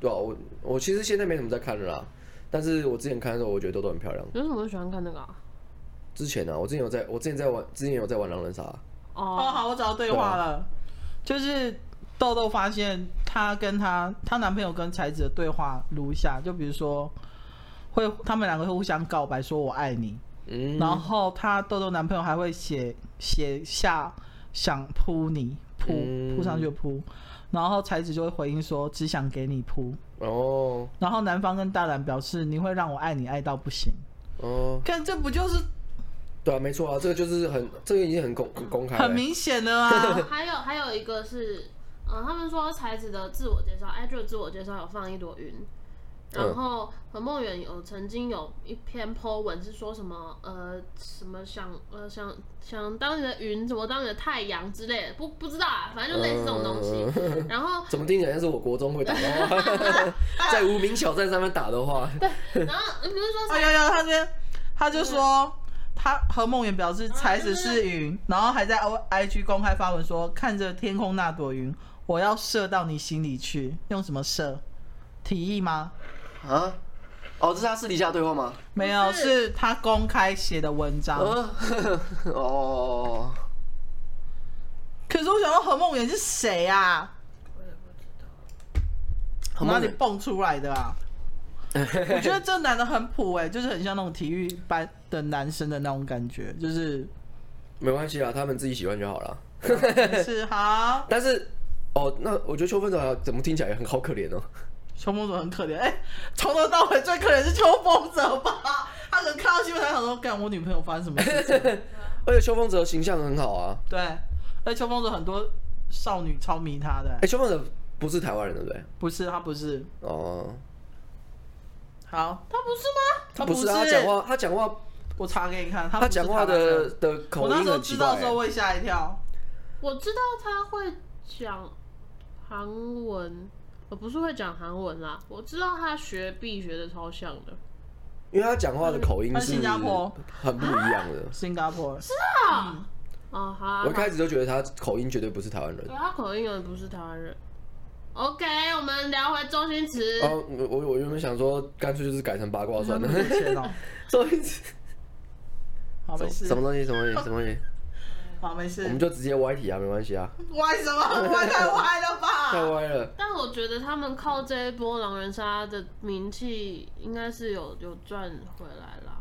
Speaker 2: 对啊，我我其实现在没什么在看了啦，但是我之前看的时候，我觉得豆豆很漂亮。
Speaker 1: 有什么会喜欢看那个、啊？
Speaker 2: 之前啊，我之前有在，我之前在玩，之前有在玩狼人杀，
Speaker 3: 哦，
Speaker 1: 哦，
Speaker 3: 好，我找到对话了，就是豆豆发现她跟她她男朋友跟才子的对话如下，就比如说会他们两个会互相告白说我爱你，
Speaker 2: 嗯，
Speaker 3: 然后她豆豆男朋友还会写写下想扑你扑
Speaker 2: 嗯
Speaker 3: 扑上去的扑，然后才子就会回应说只想给你扑，
Speaker 2: 哦
Speaker 3: 然后男方跟大胆表示你会让我爱你爱到不行，
Speaker 2: 哦，
Speaker 3: 看这不就是
Speaker 2: 对啊，没错啊，这个就是很，这个已经很公很公开了、
Speaker 3: 很明显的 啊？
Speaker 1: 哦还有还有一个是，呃，他们说才子的自我介绍，艾的自我介绍有放一朵云，然后何梦远有曾经有一篇 po 文是说什么呃什么想呃想想当你的云，怎么当你的太阳之类的，不不知道啊，反正就类似这种东西。 然后
Speaker 2: 嗯 怎么听起来像是我国中会打的话， 在无名小站上面打的话，
Speaker 1: 然后你不是说
Speaker 3: 哎呦呦，他这边他就说，他何梦圆表示才子是云，然后还在 O I G 公开发文说，看着天空那朵云，我要射到你心里去，用什么射？提议吗？
Speaker 2: 啊，哦，这是他私底下对话吗？
Speaker 3: 没有，
Speaker 1: 不是
Speaker 3: 是他公开写的文章。
Speaker 2: 啊，哦，
Speaker 3: 可是我想到何梦圆是谁啊？
Speaker 1: 我也不知道，
Speaker 2: 哦很
Speaker 3: 哪
Speaker 2: 慢
Speaker 3: 里蹦出来的啊？我觉得这男的很普哎、就是很像那种体育班的男生的那种感觉，就是
Speaker 2: 没关系啊，他们自己喜欢就好了。
Speaker 3: 是好。
Speaker 2: 但是，哦，那我觉得秋分者怎么听起来很好可怜哦。
Speaker 3: 秋风者很可怜，哎、从头到尾最可怜是秋风者吧？他可能看到新闻，他想说，干我女朋友发生什么事 情？
Speaker 2: 而且秋风者形象很好啊。
Speaker 3: 对，而且秋风者很多少女超迷他的、
Speaker 2: 哎、秋风者不是台湾人对不对？
Speaker 3: 不是他不是，
Speaker 2: 哦，
Speaker 3: 好，
Speaker 1: 他不是吗？
Speaker 3: 他
Speaker 2: 不
Speaker 3: 是
Speaker 2: 啊，他讲话，他讲话，
Speaker 3: 我查给你看，他
Speaker 2: 他
Speaker 3: 不是
Speaker 2: 讲话
Speaker 3: 台湾人
Speaker 2: 的，的口
Speaker 3: 我那
Speaker 2: 音
Speaker 3: 时候
Speaker 2: 很奇
Speaker 3: 知
Speaker 2: 怪、
Speaker 3: 道的时候
Speaker 2: 欸。
Speaker 3: 我也吓一跳，
Speaker 1: 我知道他会讲韩文，我不是会讲韩文啦，我知道他学 B 学的超像的。
Speaker 2: 因为他讲话的口音
Speaker 3: 他
Speaker 2: 是
Speaker 3: 是新加坡
Speaker 2: 很不一样 的。
Speaker 3: 新加坡是
Speaker 2: 啊
Speaker 1: 哦，好啊，
Speaker 2: 我一
Speaker 1: 好啊
Speaker 2: 开始就觉得他口音绝对不是台湾人
Speaker 3: 嗯
Speaker 1: 对。他口音也不是台湾人。OK，我们聊回周星驰。
Speaker 2: 哦，我我我原本想说，干脆就是改成八卦算 了。
Speaker 3: 钱哦，
Speaker 2: 周星驰
Speaker 3: 好
Speaker 2: 什
Speaker 3: 没
Speaker 2: 么东西？
Speaker 3: 事，
Speaker 2: 什么东西？什 么东西？
Speaker 3: 好没
Speaker 2: 我们
Speaker 3: 事，
Speaker 2: 就直接歪题啊，没关系啊，
Speaker 3: 歪什 么？歪太歪了
Speaker 2: 太
Speaker 3: 吧？
Speaker 2: 歪了。
Speaker 1: 但我觉得他们靠这一波狼人杀的名气，应该是有有赚回来啦。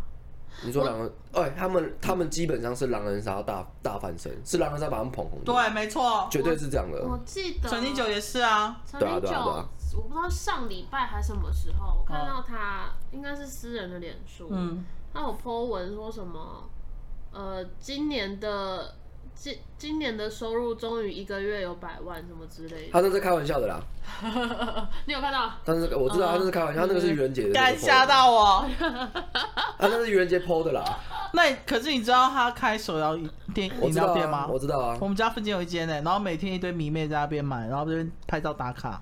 Speaker 2: 你说狼人，哎、他们他们基本上是狼人杀大大翻身，是狼人杀把他们捧红的，
Speaker 3: 对，没啊错，
Speaker 2: 绝对是这样的。
Speaker 1: 我记得
Speaker 3: 陈金九也是啊，
Speaker 1: 陈
Speaker 2: 呃对啊
Speaker 1: 零
Speaker 2: 对啊对啊
Speaker 1: 九，我不知道上礼拜还是什么时候，我看到他应该是私人的脸书，
Speaker 3: 嗯，
Speaker 1: 他有 po 文说什么，呃，今年的今今年的收入终于一个月有百万什么之类的，
Speaker 2: 他那是开玩笑的啦，
Speaker 1: 你有看到？
Speaker 2: 但是我知道他那是开玩笑，他那个是愚人节的那个 po
Speaker 3: 啊嗯干
Speaker 2: 的，
Speaker 3: 吓到我。
Speaker 2: 他那是愚人节 PO 的啦，
Speaker 3: 那你可是你知道他开手摇店
Speaker 2: 我
Speaker 3: 饮
Speaker 2: 知道
Speaker 3: 料店
Speaker 2: 啊
Speaker 3: 吗，
Speaker 2: 我？知道啊
Speaker 3: 我，们家附近有一间呢、然后每天一堆迷妹在那边买，然后这边拍照打卡。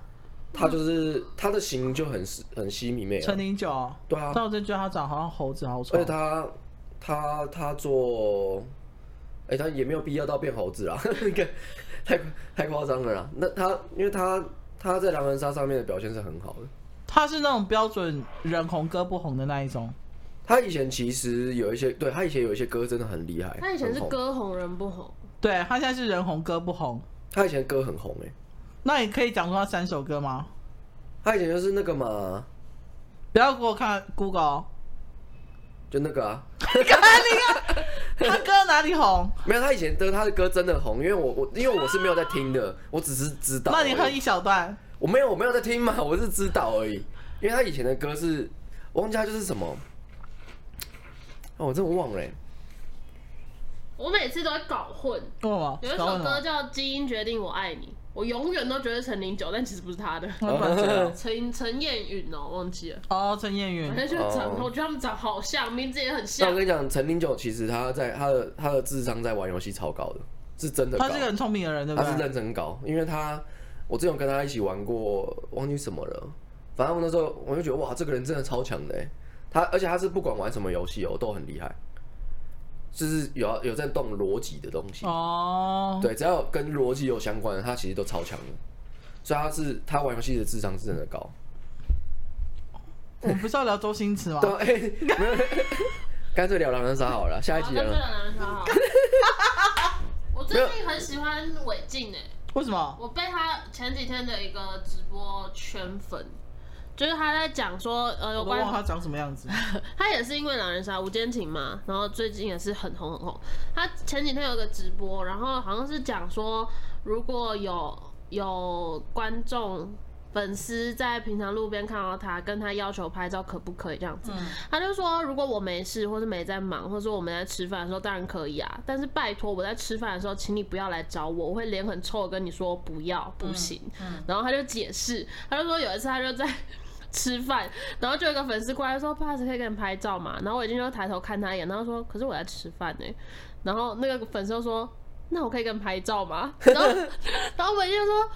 Speaker 2: 他就是他的型就很很吸迷妹啊
Speaker 3: 陈，林九，
Speaker 2: 对啊，
Speaker 3: 但我真觉得他长得好像猴子，好丑哦
Speaker 2: 而且。他他他做，哎、他也没有必要到变猴子啦， 你看太太夸张了啦。那他因为他他在狼人杀上面的表现是很好的，
Speaker 3: 他是那种标准人红歌不红的那一种，
Speaker 2: 他以前其实有一些对他以前有一些歌真的很厉害，
Speaker 1: 他以前是
Speaker 2: 很红，
Speaker 1: 歌红人不红，
Speaker 3: 对他现在是人红歌不红。
Speaker 2: 他以前歌很红哎、
Speaker 3: 那你可以讲出他三首歌吗？
Speaker 2: 他以前就是那个嘛，
Speaker 3: 不要给我看 Google，哦
Speaker 2: 就那个啊，
Speaker 3: 他歌哪里红？
Speaker 2: 没有他以前的他的歌真的红，因为我我因为我是没有在听的，我只是知道而
Speaker 3: 那
Speaker 2: 已。
Speaker 3: 你哼一小段。
Speaker 2: 我没有，我没有在听嘛， 我是知道而已。因为他以前的歌是，我忘记他就是什么，哦，我真的忘了欸、
Speaker 1: 我每次都会搞混，
Speaker 3: 为什么？
Speaker 1: 有一首歌叫《基因决定我爱你》，我永远都觉得陈零九，但其实不是他的，
Speaker 3: 搞混 了
Speaker 1: 陈陈燕云哦，忘记了，
Speaker 3: 哦，陈燕
Speaker 1: 反正
Speaker 3: 云，
Speaker 1: 就长，
Speaker 2: 哦
Speaker 1: 我觉得他们长好像，名字也很
Speaker 2: 那我
Speaker 1: 像
Speaker 2: 跟。你讲，陈零九其实他在他的他的智商在玩游戏超高的，是真的高，
Speaker 3: 他是个很聪明的人，对不
Speaker 2: 他是
Speaker 3: 对？
Speaker 2: 认真高，因为他我之前有跟他一起玩过，忘记什么了，反正我那时候我就觉得哇，这个人真的超强的、欸，他而且他是不管玩什么游戏哦都很厉害，就是有有在动逻辑的东西。
Speaker 3: 哦，
Speaker 2: 对，只要跟逻辑有相关的，他其实都超强的，所以他是他玩游戏的智商是真的高。
Speaker 3: 我们不是要聊周星驰
Speaker 1: 哦
Speaker 3: 吗
Speaker 2: 对？啊，哎、没有，干脆聊狼人杀好了，下一
Speaker 1: 好
Speaker 2: 集啊
Speaker 1: 那
Speaker 2: 聊
Speaker 1: 这
Speaker 2: 狼
Speaker 1: 个男
Speaker 2: 人杀。
Speaker 1: 人超好。我最近很喜欢韦静欸诶，
Speaker 3: 为什么？
Speaker 1: 我被他前几天的一个直播圈粉，就是他在讲说，呃，
Speaker 3: 我
Speaker 1: 有
Speaker 3: 都
Speaker 1: 关
Speaker 3: 忘了他长什么 样子。
Speaker 1: 他也是因为狼人杀无间情嘛，然后最近也是很红很红。他前几天有个直播，然后好像是讲说，如果有有观众粉丝在平常路边看到他，跟他要求拍照，可不可以这样子？他就说，如果我没事，或是没在忙，或者说我们在吃饭的时候，当然可以啊。但是拜托，我在吃饭的时候，请你不要来找我，我会脸很臭的跟你说不要，不行。然后他就解释，他就说有一次他就在吃饭，然后就有一个粉丝过来说：“Pass 可以跟你拍照嘛？”然后我已经就抬头看他一眼，然后说：“可是我在吃饭呢、然后那个粉丝就说：“那我可以跟你拍照吗？”然后然后我已经就说：“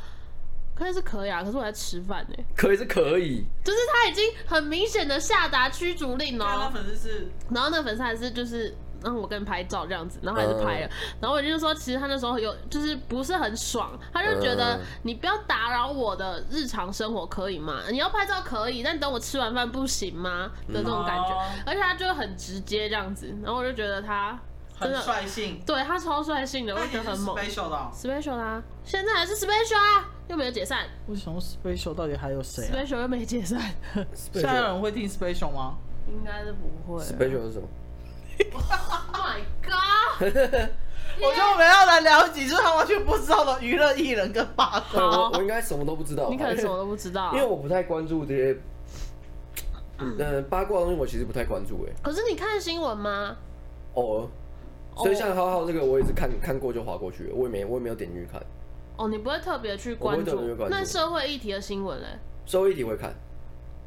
Speaker 1: 可以是可以啊，可是我在吃饭呢、
Speaker 2: 可以是可以，
Speaker 1: 就是他已经很明显的下达驱逐令哦、
Speaker 3: 粉丝是
Speaker 1: 然后那个粉丝还是就是让我跟你拍照这样子，然后还是拍
Speaker 2: 嗯
Speaker 1: 了。然后我就说，其实他那时候有就是不是很爽，他就觉得
Speaker 2: 嗯
Speaker 1: 你不要打扰我的日常生活可以吗？你要拍照可以，但等我吃完饭不行吗？的这种感觉。
Speaker 3: 哦
Speaker 1: 而且他就很直接这样子，然后我就觉得他真的
Speaker 3: 率性，
Speaker 1: 对他超率性的，我就觉得很猛。
Speaker 3: special 的哦。
Speaker 1: special 啊，现在还是 special 啊，又没有解散、
Speaker 3: 为什么 special 到底还有谁
Speaker 1: s p
Speaker 3: 啊？
Speaker 1: e c i a l 又没解散，
Speaker 3: 现在有人会听 special 吗？
Speaker 1: 应该是不会啊。
Speaker 2: special 是什么？
Speaker 1: Oh my god！
Speaker 3: 我觉得我们要来聊几就是他完全不知道的娱乐艺人跟八
Speaker 2: 但
Speaker 3: 卦。
Speaker 1: 好
Speaker 2: 我我应该什么都不知道吧，
Speaker 1: 你可能什么都不知道啊、
Speaker 2: 因为因为我不太关注这些，嗯，八卦的东西我其实不太关注哎、
Speaker 1: 可是你看新闻吗？哦
Speaker 2: 偶尔。哦所以像浩浩这个，我也是看看过就划过去了，我也没我也没有点进去看，
Speaker 1: 哦，你不会特别去关
Speaker 2: 我不会特别
Speaker 1: 注
Speaker 2: 去关注
Speaker 1: 那社会议题的新闻嘞，
Speaker 2: 最后一题会看，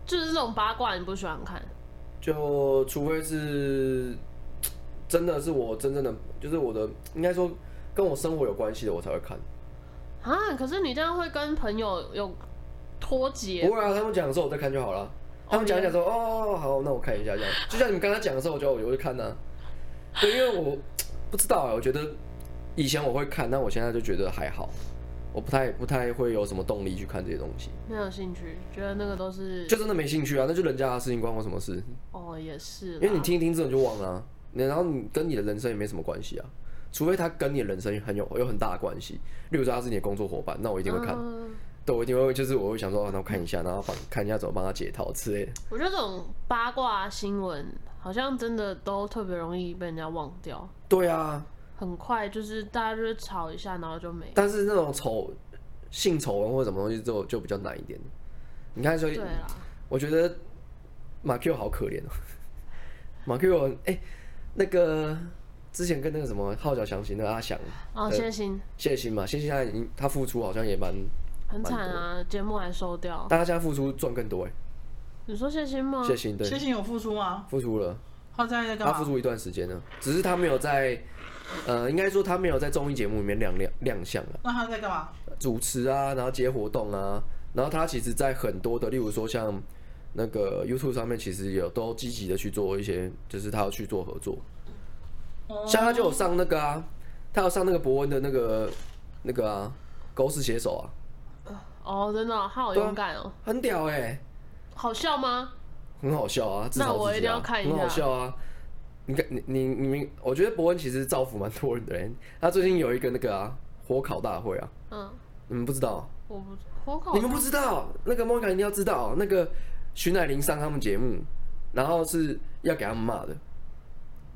Speaker 1: 就是这种八卦，你不喜欢看？
Speaker 2: 就除非是真的是我真正的，就是我的，应该说跟我生活有关系的，我才会看。
Speaker 1: 啊，可是你这样会跟朋友有脱节
Speaker 2: 不。会啊，他们讲的时候我再看就好了。他们讲一讲说，哦，好，那我看一下这样。就像你们刚刚讲的时候，我就我就看呢、对，因为我不知道啊，我觉得以前我会看，但我现在就觉得还好，我不太不太会有什么动力去看这些东西，
Speaker 1: 没有兴趣，觉得那个都是
Speaker 2: 就真的没兴趣啊。那就人家的事情关我什么事？
Speaker 1: 哦，也是啦，
Speaker 2: 因为你听一听之后你就忘了、啊，你然后你跟你的人生也没什么关系啊，除非他跟你的人生很有有很大的关系，例如说他是你的工作伙伴，那我一定会看，
Speaker 1: 嗯
Speaker 2: 对我一定会就是我会想说，啊那我看一下，然后帮看一下怎么帮他解套之类的。
Speaker 1: 我觉得这种八卦新闻好像真的都特别容易被人家忘掉，
Speaker 2: 对啊，
Speaker 1: 很快就是大家就是吵一下，然后就没。
Speaker 2: 但是那种丑性丑闻或者什么东西就就比较难一点。你看，所
Speaker 1: 对
Speaker 2: 以
Speaker 1: 啦，
Speaker 2: 我觉得马 Q 好可怜哦， 马 Q 哎、那个之前跟那个什么号角响起那个阿翔
Speaker 1: 哦，谢欣
Speaker 2: 谢欣嘛，谢欣他已经他付出好像也蛮，
Speaker 1: 很
Speaker 2: 蛮
Speaker 1: 惨啊，节目还收掉。
Speaker 2: 但他现在付出赚更多哎，
Speaker 1: 你说嗯谢欣吗？
Speaker 2: 谢欣对
Speaker 3: 谢欣有啊付出吗？
Speaker 2: 付出了，
Speaker 3: 他在在干
Speaker 2: 他
Speaker 3: 嘛？
Speaker 2: 付出一段时间了，只是他没有在。呃，应该说他没有在综艺节目里面亮亮亮相啊，
Speaker 3: 那他在干嘛？
Speaker 2: 主持啊，然后接活动啊，然后他其实，在很多的，例如说像那个 YouTube 上面，其实有都积极的去做一些，就是他要去做合作，
Speaker 1: 哦
Speaker 2: 像他就有上那个啊，他有上那个伯恩的那个那个啊，狗屎写手啊，
Speaker 1: 哦，真的哦，他好勇敢哦，
Speaker 2: 很屌哎、
Speaker 1: 好笑吗？
Speaker 2: 很好笑啊，至
Speaker 1: 那
Speaker 2: 少
Speaker 1: 我
Speaker 2: 自己
Speaker 1: 一定
Speaker 2: 啊
Speaker 1: 要看一
Speaker 2: 很好
Speaker 1: 下
Speaker 2: 笑啊。你看，你你你们，我觉得伯恩其实造福蛮多人的、欸。他最近有一个那个啊火烤大会啊，
Speaker 1: 嗯，
Speaker 2: 你们不知道啊？
Speaker 1: 我不，我搞
Speaker 2: 你们不知道，那个莫妮卡一定要知道，那个徐乃麟上他们节目，然后是要给他们骂的。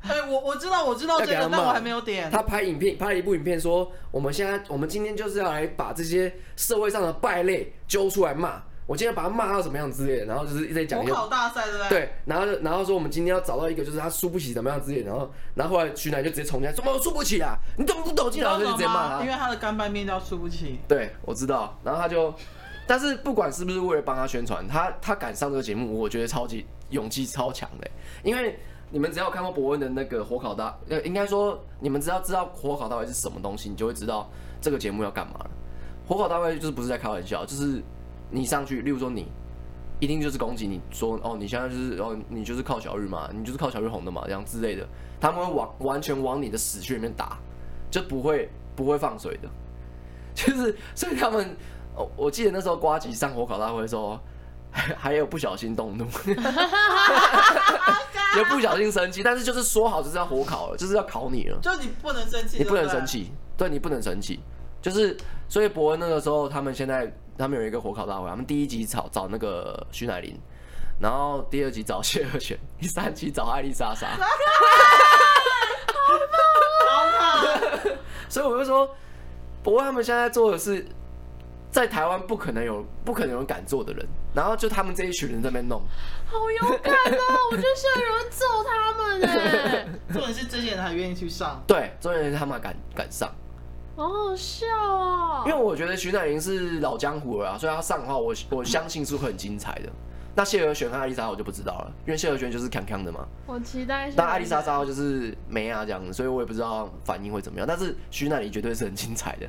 Speaker 3: 哎，我我知道我知道
Speaker 2: 要
Speaker 3: 这
Speaker 2: 给他
Speaker 3: 个，
Speaker 2: 骂
Speaker 3: 但我还没有点。
Speaker 2: 他拍影片，拍了一部影片说，我们现在，我们今天就是要来把这些社会上的败类揪出来骂。我今天把他骂到什么样之类的，然后就是一直在讲
Speaker 3: 国
Speaker 2: 一些
Speaker 3: 考大赛对不对？
Speaker 2: 对，然后就然后说我们今天要找到一个就是他输不起怎么样之类的，然后然后后来徐乃就直接冲进来说，我输不起啊，你怎么不懂？进来
Speaker 3: 你
Speaker 2: 就
Speaker 3: 知
Speaker 2: 直
Speaker 3: 道为
Speaker 2: 接
Speaker 3: 什么
Speaker 2: 骂
Speaker 3: 吗？因
Speaker 2: 他。
Speaker 3: 为他的干拌面叫输不起。
Speaker 2: 对，我知道。然后他就，但是不管是不是为了帮他宣传，他他敢上这个节目，我觉得超级勇气超强的，因为。你们只要有看过伯恩的那个火烤大，呃，应该说你们只要知道火烤大会是什么东西，你就会知道这个节目要干嘛了。火烤大会就是不是在开玩笑，就是你上去，例如说你一定就是攻击你说哦，你现在就是哦，你就是靠小玉嘛，你就是靠小玉红的嘛，这样之类的，他们会往完全往你的死穴里面打，就不会不会放水的，就是所以他们，哦、我记得那时候瓜吉上火烤大会的时候，还还有不小心动怒，也不小心生气，但是就是说好就是要火烤了，就是要烤你了。
Speaker 3: 就你不能生气，
Speaker 2: 你不能
Speaker 3: 对对
Speaker 2: 生。气，对你不能生气，就是所以伯恩那个时候，他们现在他们有一个火烤大会，他们第一集找找那个徐乃麟，然后第二集找谢和弦，第三集找艾丽莎莎，
Speaker 3: 啊好啦
Speaker 2: 所以我就说，伯恩他们现在做的是在台湾不可能有不可能有人敢做的人，然后就他们这一群人在那边弄，
Speaker 1: 好勇敢哦！ 我就现在有人揍他们哎，
Speaker 3: 重点是这些人还愿意去上，
Speaker 2: 对，终于他们敢敢上，
Speaker 1: 好好笑哦。
Speaker 2: 因为我觉得徐乃麟是老江湖了啊，所以他上的话我，我相信是会很精彩的。那谢和弦和艾丽莎我就不知道了，因为谢和弦就是康康的嘛，
Speaker 1: 我期待一下。
Speaker 2: 那艾丽莎莎就是没啊这样子，所以我也不知道反应会怎么样。但是徐乃麟绝对是很精彩的，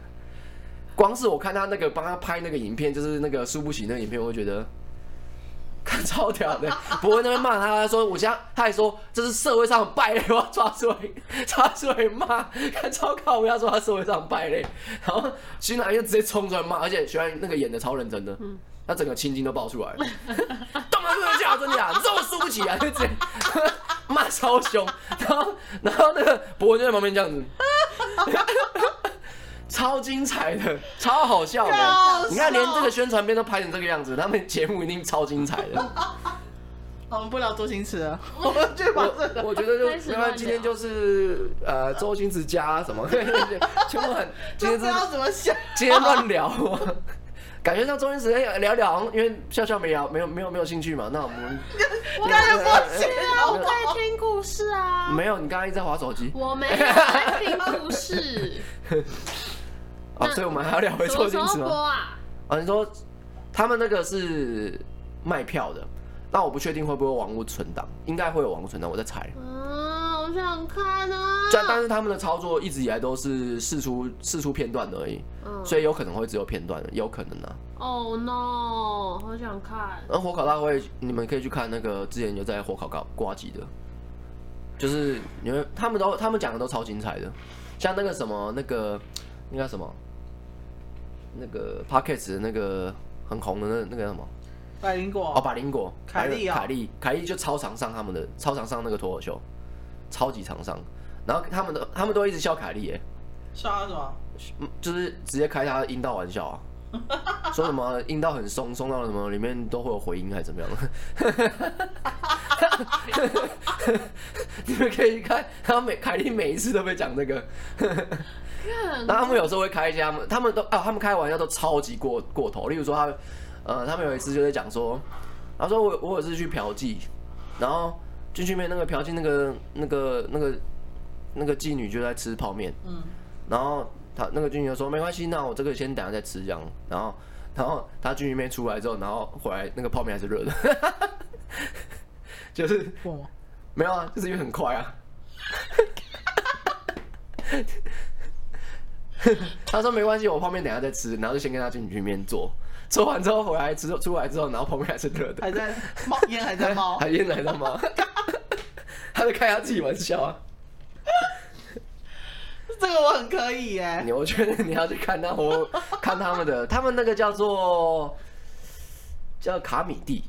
Speaker 2: 光是我看他那个帮他拍那个影片，就是那个输不起那个影片，我就觉得 看超屌的。伯恩那边骂他，他说我现在他还说这是社会上的败类，我要抓出来抓出来骂，看超靠谱。他说他社会上的败类，然后徐乃麟就直接冲出来骂，而且徐乃麟那个演的超认真的，他整个青筋都爆出来了。干嘛这么叫？真的啊，你知道我输不起啊，就直接骂超凶，然后然后那个博文就在旁边这样子，超精彩的，超好笑的
Speaker 3: 好笑。
Speaker 2: 你看，连这个宣传片都拍成这个样子，他们节目一定超精彩的。
Speaker 3: 我们不聊周星驰了， 我们去把这
Speaker 2: 我我
Speaker 3: 个
Speaker 2: 觉得就
Speaker 1: 开始
Speaker 2: 没
Speaker 1: 乱
Speaker 2: 关
Speaker 1: 聊
Speaker 2: 系今天就是呃周星驰加什么， 全部很今天
Speaker 3: 就
Speaker 2: 这
Speaker 3: 不知道怎么想。
Speaker 2: 今天乱聊。啊 感觉像周星驰哎聊聊，好像因为笑笑没聊，没有没有没有兴趣嘛。那我们
Speaker 1: 我
Speaker 2: 今天
Speaker 3: 也不行啊
Speaker 1: 我在听故事啊，
Speaker 2: 没有，你刚刚一直在划手机。
Speaker 1: 我没有在听故 事。
Speaker 2: 啊，
Speaker 1: 那
Speaker 2: 所以我们还要聊回
Speaker 1: 什
Speaker 2: 周
Speaker 1: 么
Speaker 2: 星
Speaker 1: 时
Speaker 2: 驰
Speaker 1: 候播
Speaker 2: 吗？
Speaker 1: 啊？
Speaker 2: 啊，你说他们那个是卖票的，那我不确定会不会有网络存档，应该会有网络存档，我在猜。
Speaker 1: 啊，我想看啊。
Speaker 2: 但但是他们的操作一直以来都是试出试出片段而已，
Speaker 1: 嗯
Speaker 2: 所以有可能会只有片段，有可能啊。
Speaker 1: ，Oh no，好想看。
Speaker 2: 那火烤大会，你们可以去看那个之前有在火烤搞挂机的，就是你们他们都他们讲的都超精彩的，像那个什么那个那个叫什么那个 p o c k e t 那个很红的那那个叫什么？
Speaker 3: 百灵果
Speaker 2: 哦，百灵果，
Speaker 3: 凯莉啊
Speaker 2: 凯莉，凯莉就超常上他们的，超常上那个脱口秀，超级常上。然后他们都他们都一直笑凯莉，耶，
Speaker 3: 笑他什么？
Speaker 2: 嗯就是直接开他的阴道玩笑啊，说什么阴道很松，松到什么里面都会有回音还是怎么样？你们可以去看，他每凯莉每一次都会讲这个，
Speaker 1: 看
Speaker 2: 那他们有时候会开一些他们他们都啊，他们开玩笑都超级过过头。例如说他，呃，他们有一次就在讲说，他说我我有一次去嫖妓，然后进去面那个嫖妓那个那个那个那个妓女就在吃泡面，
Speaker 3: 嗯，
Speaker 2: 然后他那个妓女就说没关系，那我这个先等下再吃这样，然后然后他妓女妹出来之后，然后回来那个泡面还是热的， 就是
Speaker 3: 过吗？
Speaker 2: 没有啊，就是因为很快啊。 他说没关系，我泡面等一下再吃，然后就先跟他进去面做，做完之后回来吃，出来之后，然后泡面还是热的，
Speaker 3: 还在冒烟，还在 冒
Speaker 2: 还。烟来了吗？他在开他自己玩笑啊！
Speaker 3: 这个我很可以耶，
Speaker 2: 你我觉得你要去看他我看他们的，他们那个叫做叫卡米蒂，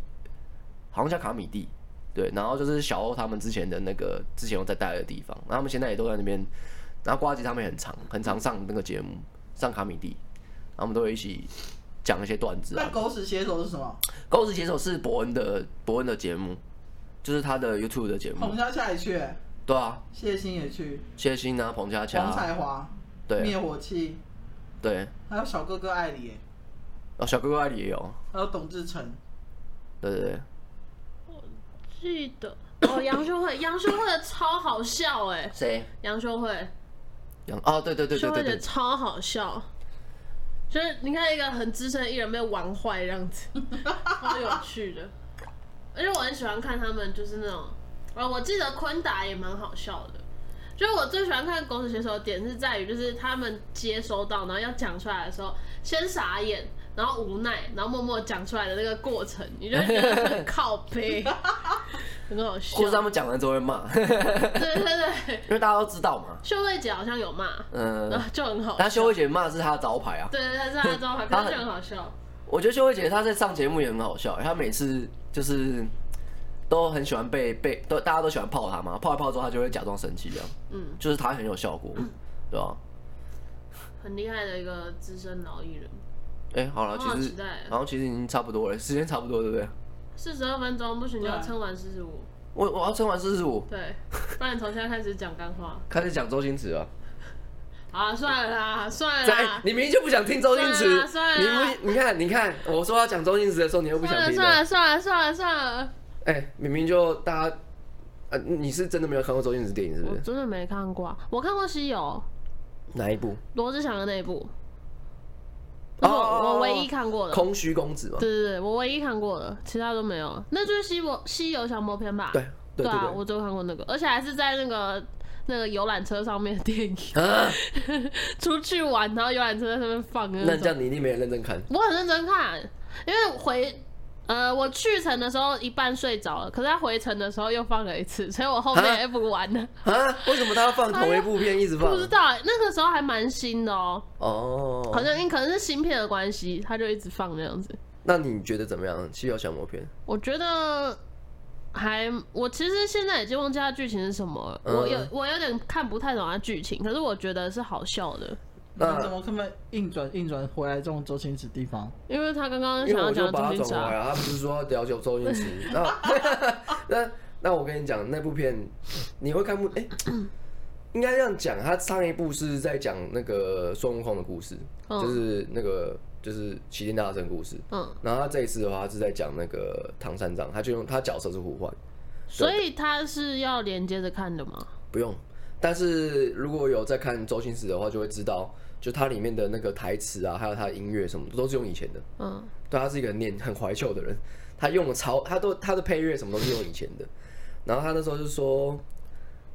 Speaker 2: 好像叫卡米蒂，对，然后就是小欧他们之前的那个之前有在待的地方，然后他们现在也都在那边，然后瓜吉他们也很常很常上那个节目，上卡米蒂，然后我们都会一起讲一些段子
Speaker 3: 那
Speaker 2: 啊。
Speaker 3: 狗屎写手是什么？
Speaker 2: 狗屎写手是伯恩的伯恩的节目，就是他的 YouTube 的节目
Speaker 3: 彭，佳佳也去耶，
Speaker 2: 对啊，
Speaker 3: 谢欣也去，
Speaker 2: 谢欣啊，彭佳佳
Speaker 3: 王
Speaker 2: 啊，
Speaker 3: 彩华、
Speaker 2: 对
Speaker 3: 灭火器，
Speaker 2: 对，
Speaker 3: 还有小哥哥艾里耶，
Speaker 2: 哦，小哥哥艾里也有，
Speaker 3: 还有董志成。
Speaker 2: 对对对。
Speaker 1: 记得哦，杨秀慧，杨秀慧的超好笑哎、
Speaker 2: 谁？
Speaker 1: 杨秀慧，
Speaker 2: 杨哦，对对对对
Speaker 1: 秀慧
Speaker 2: 对
Speaker 1: 的
Speaker 2: 对，
Speaker 1: 超好笑，就是你看一个很资深的艺人被玩坏这样子，超有趣的。而且我很喜欢看他们，就是那种，啊，我记得昆达也蛮好笑的。就是我最喜欢看狗屎写手的点是在于，就是他们接收到，然后要讲出来的时候，先傻眼，然后无奈，然后默默讲出来的那个过程，你就会觉得很靠背，很好笑。
Speaker 2: 故事他们讲完之后会骂，
Speaker 1: 对对对，
Speaker 2: 因为大家都知道嘛。
Speaker 1: 秀慧姐好像有骂，然
Speaker 2: 嗯，
Speaker 1: 后就很好笑。
Speaker 2: 但修慧姐骂是她的招牌啊。
Speaker 1: 对对对，是她的招牌，可是就很好笑。
Speaker 2: 我觉得修慧姐她在上节目也很好笑，欸她每次就是都很喜欢被被都大家都喜欢泡她嘛，泡一泡之后她就会假装生气这样，
Speaker 1: 嗯，
Speaker 2: 就是她很有效果，对吧、
Speaker 1: 很厉害的一个资深老艺人，
Speaker 2: 哎、好了，
Speaker 1: 我
Speaker 2: 其
Speaker 1: 好期
Speaker 2: 实
Speaker 1: 待啊
Speaker 2: 然后其实已经差不多了，时间差不多对不对？
Speaker 1: 四十二分钟不行，你
Speaker 3: 对
Speaker 1: 要
Speaker 2: 啊
Speaker 1: 撑完四十五。
Speaker 2: 我我要撑完四十五，
Speaker 1: 对，不然你从现在开始讲干话。
Speaker 2: 开始讲周星驰啊。
Speaker 1: 啊，算了啦，算了
Speaker 2: 哎、
Speaker 1: 啦，
Speaker 2: 你明明就不想听周星驰，
Speaker 1: 啊算
Speaker 2: 你
Speaker 1: 了啦
Speaker 2: 不你看你看，我说要讲周星驰的时候，你又不想
Speaker 1: 算了
Speaker 2: 听
Speaker 1: 算了算了算了算了，
Speaker 2: 哎、明明就大家，呃，你是真的没有看过周星驰电影是不
Speaker 1: 我
Speaker 2: 是？
Speaker 1: 真的没看过啊，我看过《西游
Speaker 2: 哪一部？》
Speaker 1: 罗志祥的那一部，
Speaker 2: 哦
Speaker 1: 那是我我唯一看过的。
Speaker 2: 空虚公子嘛。
Speaker 1: 对啊对对，我唯一看过的，其他都没有。那就是西游西游降魔篇吧？
Speaker 2: 对对
Speaker 1: 啊，
Speaker 2: 对
Speaker 1: 我就看过那个，而且还是在那个那个游览车上面的电影，
Speaker 2: 对。啊，
Speaker 1: 出去玩，然后游览车在上面放的
Speaker 2: 那
Speaker 1: 那
Speaker 2: 这
Speaker 1: 种。
Speaker 2: 样你一定没人认真看。
Speaker 1: 我很认真看，因为回呃我去程的时候一半睡着了，可是他回程的时候又放了一次，所以我后
Speaker 2: 啊
Speaker 1: 面也补完了。
Speaker 2: 啊？为什么他要放同一部片一直放
Speaker 1: 不？知道、那个时候还蛮新的哦、
Speaker 2: 哦
Speaker 1: 好，像因可能是芯片的关系，他就一直放那样子。
Speaker 2: 那你觉得怎么样？《西游降魔篇》？
Speaker 1: 我觉得还，我其实现在已经忘记它剧情是什么了，
Speaker 2: 嗯
Speaker 1: 我有我有点看不太懂它剧情，可是我觉得是好笑的，
Speaker 3: 你们
Speaker 2: 那
Speaker 3: 怎么根本硬转硬转回来这种周星驰地方？
Speaker 1: 因为他刚刚
Speaker 2: 因
Speaker 1: 想
Speaker 2: 为
Speaker 1: 要
Speaker 2: 我
Speaker 1: 讲的
Speaker 2: 就把
Speaker 1: 周
Speaker 2: 他
Speaker 1: 星
Speaker 2: 转
Speaker 1: 驰
Speaker 2: 回来
Speaker 1: 啊，
Speaker 2: 啊，他不是说要了解周 星驰？那 那那我跟你讲，那部片你会看不？哎、应该这样讲，他上一部是在讲那个孙悟空的故事，
Speaker 1: 嗯
Speaker 2: 就是那个就是齐天大圣故事。
Speaker 1: 嗯，
Speaker 2: 然后他这一次的话是在讲那个唐三藏，他就用他角色是互换，
Speaker 1: 所以他是要连接着看的嘛，
Speaker 2: 不用。但是如果有在看周星驰的话，就会知道，就它里面的那个台词啊，还有它的音乐什么，都是用以前的。
Speaker 1: 嗯，
Speaker 2: 对，他是一个很念很怀旧的人，他用了超，他都他的配乐什么都是用以前的。然后他那时候就说，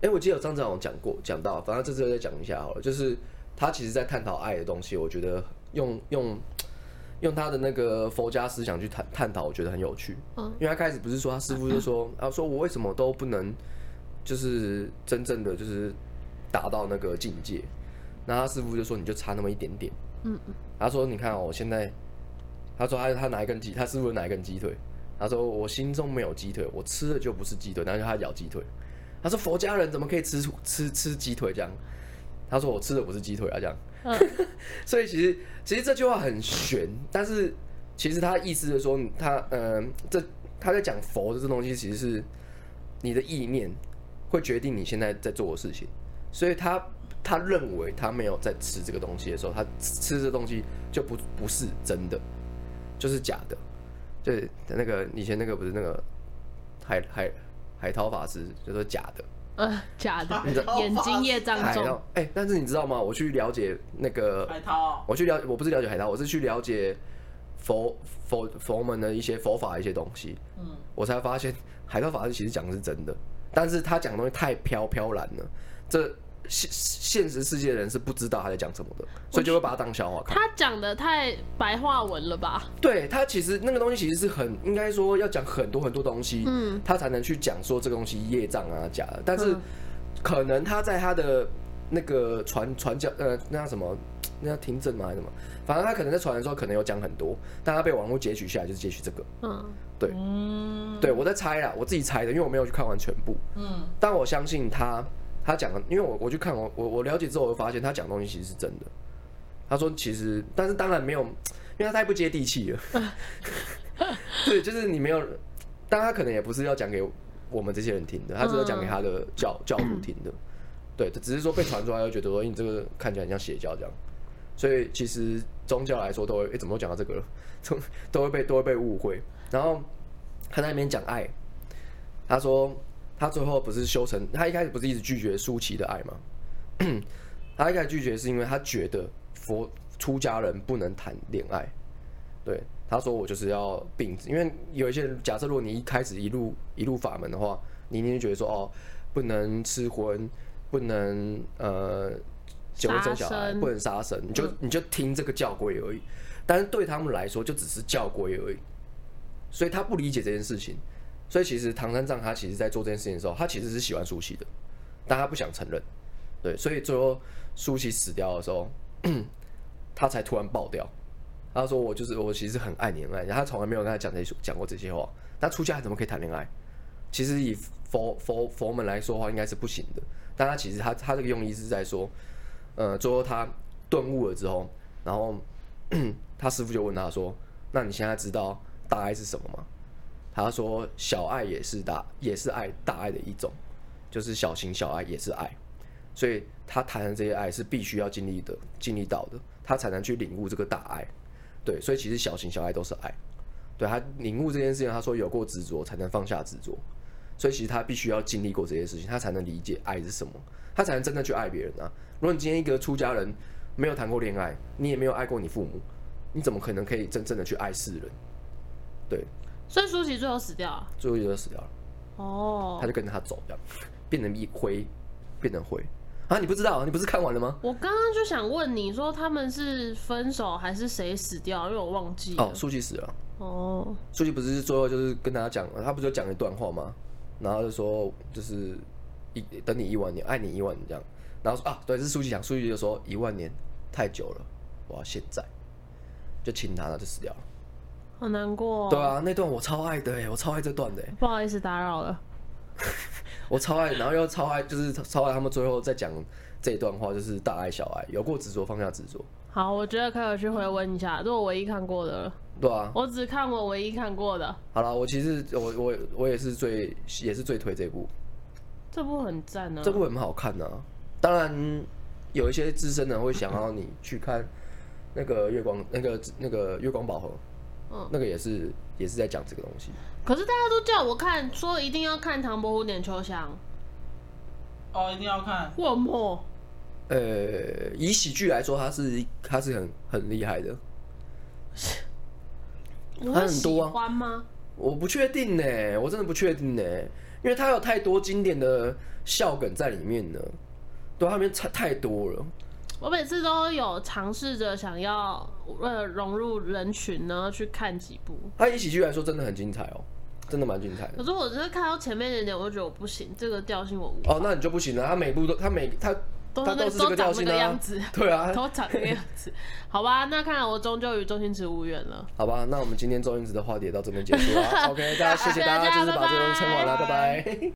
Speaker 2: 哎、我记得有张子昂讲过讲到，反正这次再讲一下好了，就是他其实在探讨爱的东西，我觉得用用用他的那个佛家思想去探探讨，我觉得很有趣。
Speaker 1: 嗯，
Speaker 2: 因为他开始不是说他师傅就说， 他说我为什么都不能就是真正的就是达到那个境界，那他师傅就说你就差那么一点点。
Speaker 1: 嗯，
Speaker 2: 他说你看哦，我现在他说他啊他哪一根鸡，他师傅哪一根鸡腿？他说我心中没有鸡腿，我吃的就不是鸡腿，然后他咬鸡腿。他说佛家人怎么可以吃吃吃鸡腿这样？他说我吃的不是鸡腿啊这样。 所以其实其实这句话很玄，但是其实他意呃思是说他嗯、呃这他在讲佛的这东西其实是你的意念会决定你现在在做的事情。所以他他认为他没有在吃这个东西的时候，他吃这东西就不不是真的，就是假的。对，那个以前那个不是那个海海海涛法师就说假的，
Speaker 1: 呃，假的
Speaker 2: 你知，
Speaker 1: 眼睛业障
Speaker 2: 海
Speaker 1: 重
Speaker 2: 涛，哎、但是你知道吗？我去了解那个
Speaker 3: 海涛哦
Speaker 2: 我去了，我不是了解海涛，我是去了解佛佛佛门的一些佛法的一些东西，
Speaker 3: 嗯，
Speaker 2: 我才发现海涛法师其实讲的是真的，但是他讲的东西太飘飘然了，这现现实世界的人是不知道他在讲什么的，所以就会把它当笑话看。
Speaker 1: 他讲的太白话文了吧？
Speaker 2: 对他其实那个东西其实是很应该说要讲很多很多东西，
Speaker 1: 嗯，
Speaker 2: 他才能去讲说这个东西业障啊假的，但是
Speaker 1: 嗯
Speaker 2: 可能他在他的那个传传教呃那叫什么那叫听证吗还是什么，反正他可能在传的时候可能有讲很多，但他被网络截取下来就是截取这个。
Speaker 1: 嗯，
Speaker 2: 对
Speaker 3: 嗯，
Speaker 2: 对我在猜啦，我自己猜的，因为我没有去看完全部，
Speaker 3: 嗯，
Speaker 2: 但我相信他他讲的，因为我我去看我我我了解之后，我发现他讲的东西其实是真的。他说其实，但是当然没有，因为他太不接地气了。对，就是你没有，但他可能也不是要讲给我们这些人听的，他只是要讲给他的教、教徒听的。对，只是说被传出来，就觉得说，哎你这个看起来很像邪教这样。所以其实宗教来说，都会，哎、怎么又讲到这个了？ 从都会被都会被误会。然后他在那边讲爱，他说他最后不是修成，他一开始不是一直拒绝舒淇的爱吗？他一开始拒绝是因为他觉得佛出家人不能谈恋爱，对，他说我就是要病，因为有一些人假设如果你一开始一路一路法门的话，你一定觉得说哦，不能吃荤，不能呃结婚生小
Speaker 1: 杀
Speaker 2: 孩，
Speaker 1: 生嗯
Speaker 2: 不能杀生，你就、你就听这个教规而已。但是对他们来说，就只是教规而已，所以他不理解这件事情。所以其实唐三藏他其实在做这件事情的时候，他其实是喜欢舒淇的，但他不想承认。对，所以最后舒淇死掉的时候， 他才突然爆掉。他说：“我就是我，其实很爱你，很爱你。”他从来没有跟他讲这些讲过这些话。那出家人怎么可以谈恋爱？其实以佛佛佛门来说的话，应该是不行的。但他其实他他这个用意是在说，呃，最后他顿悟了之后，然后 他师傅就问他说：“那你现在知道大爱是什么吗？”他说：“小爱也是大，也是爱，大爱的一种，就是小情小爱也是爱。”所以他谈的这些爱是必须要经历的、经历到的，他才能去领悟这个大爱。对，所以其实小情小爱都是爱。对他领悟这件事情，他说有过执着才能放下执着，所以其实他必须要经历过这些事情，他才能理解爱是什么，他才能真的去爱别人啊。如果你今天一个出家人没有谈过恋爱，你也没有爱过你父母，你怎么可能可以真正的去爱世人？对，
Speaker 1: 所以舒淇最后死掉了。
Speaker 2: 最后一个死掉了。
Speaker 1: 哦
Speaker 2: 他，就跟着他走，这样变成一灰，变成灰啊！你不知道？你不是看完了吗？
Speaker 1: 我刚刚就想问你说他们是分手还是谁死掉，因为我忘记
Speaker 2: 哦
Speaker 1: 了，。
Speaker 2: 舒淇死了。
Speaker 1: 哦，
Speaker 2: 舒淇不是最后就是跟他讲，他不是有讲一段话吗？然后就说就是一等你一万年，爱你一万年这样。然后说啊，对，是舒淇讲，舒淇就说一万年太久了，我要现在就亲他，他就死掉了。
Speaker 1: 好难过、哦。
Speaker 2: 对，啊，那段我超爱的哎、我超爱这段的、欸，
Speaker 1: 不好意思打扰了。
Speaker 2: 我超爱，然后又超爱，就是超爱他们最后在讲这一段话，就是大爱小爱，有过执着放下执着，
Speaker 1: 好，我觉得可以回去回温一下，这是我唯一看过的了，
Speaker 2: 对啊，
Speaker 1: 我只看我唯一看过的，
Speaker 2: 好了，我其实我我我也是最也是最推这部，
Speaker 1: 这部很赞啊呢、
Speaker 2: 这部很好看呐、当然，有一些资深人会想要你去看那个月光那个那个月光宝盒，
Speaker 1: 嗯
Speaker 2: 那个也是也是在讲这个东西。
Speaker 1: 可是大家都叫我看，说一定要看《唐伯虎点秋香
Speaker 3: 哦，一定要看》，，
Speaker 1: 我莫
Speaker 2: 呃，以喜剧来说，它是它是很很厉害的。
Speaker 1: 我
Speaker 2: 还
Speaker 1: 会
Speaker 2: 很
Speaker 1: 喜
Speaker 2: 多啊
Speaker 1: 欢吗？
Speaker 2: 我不确定呢、我真的不确定呢、因为它有太多经典的笑梗在里面了，对，它里面太太多了。
Speaker 1: 我每次都有尝试着想要为了融入人群呢去看几部，
Speaker 2: 它以喜剧来说，真的很精彩哦、真的蛮精彩的
Speaker 1: 可。是我真的看到前面一点点，我就觉得我不行，这个调性我无法，
Speaker 2: 哦，那你就不行了。他每部都，他每他
Speaker 1: 都
Speaker 2: 他
Speaker 1: 是那
Speaker 2: 都
Speaker 1: 个
Speaker 2: 是这
Speaker 1: 都长
Speaker 2: 个调
Speaker 1: 那
Speaker 2: 性
Speaker 1: 个
Speaker 2: 的
Speaker 1: 样
Speaker 2: 啊。
Speaker 1: 子，
Speaker 2: 对啊，
Speaker 1: 都长那个样子。好吧，那看来我终究与周星驰无缘了。
Speaker 2: 好吧，那我们今天周星驰的话题也到这边结束了。OK，大家谢谢大 啊
Speaker 1: 谢谢大家
Speaker 2: 家，就是把这个撑完了，
Speaker 1: 拜
Speaker 2: 拜
Speaker 1: 拜
Speaker 2: 拜。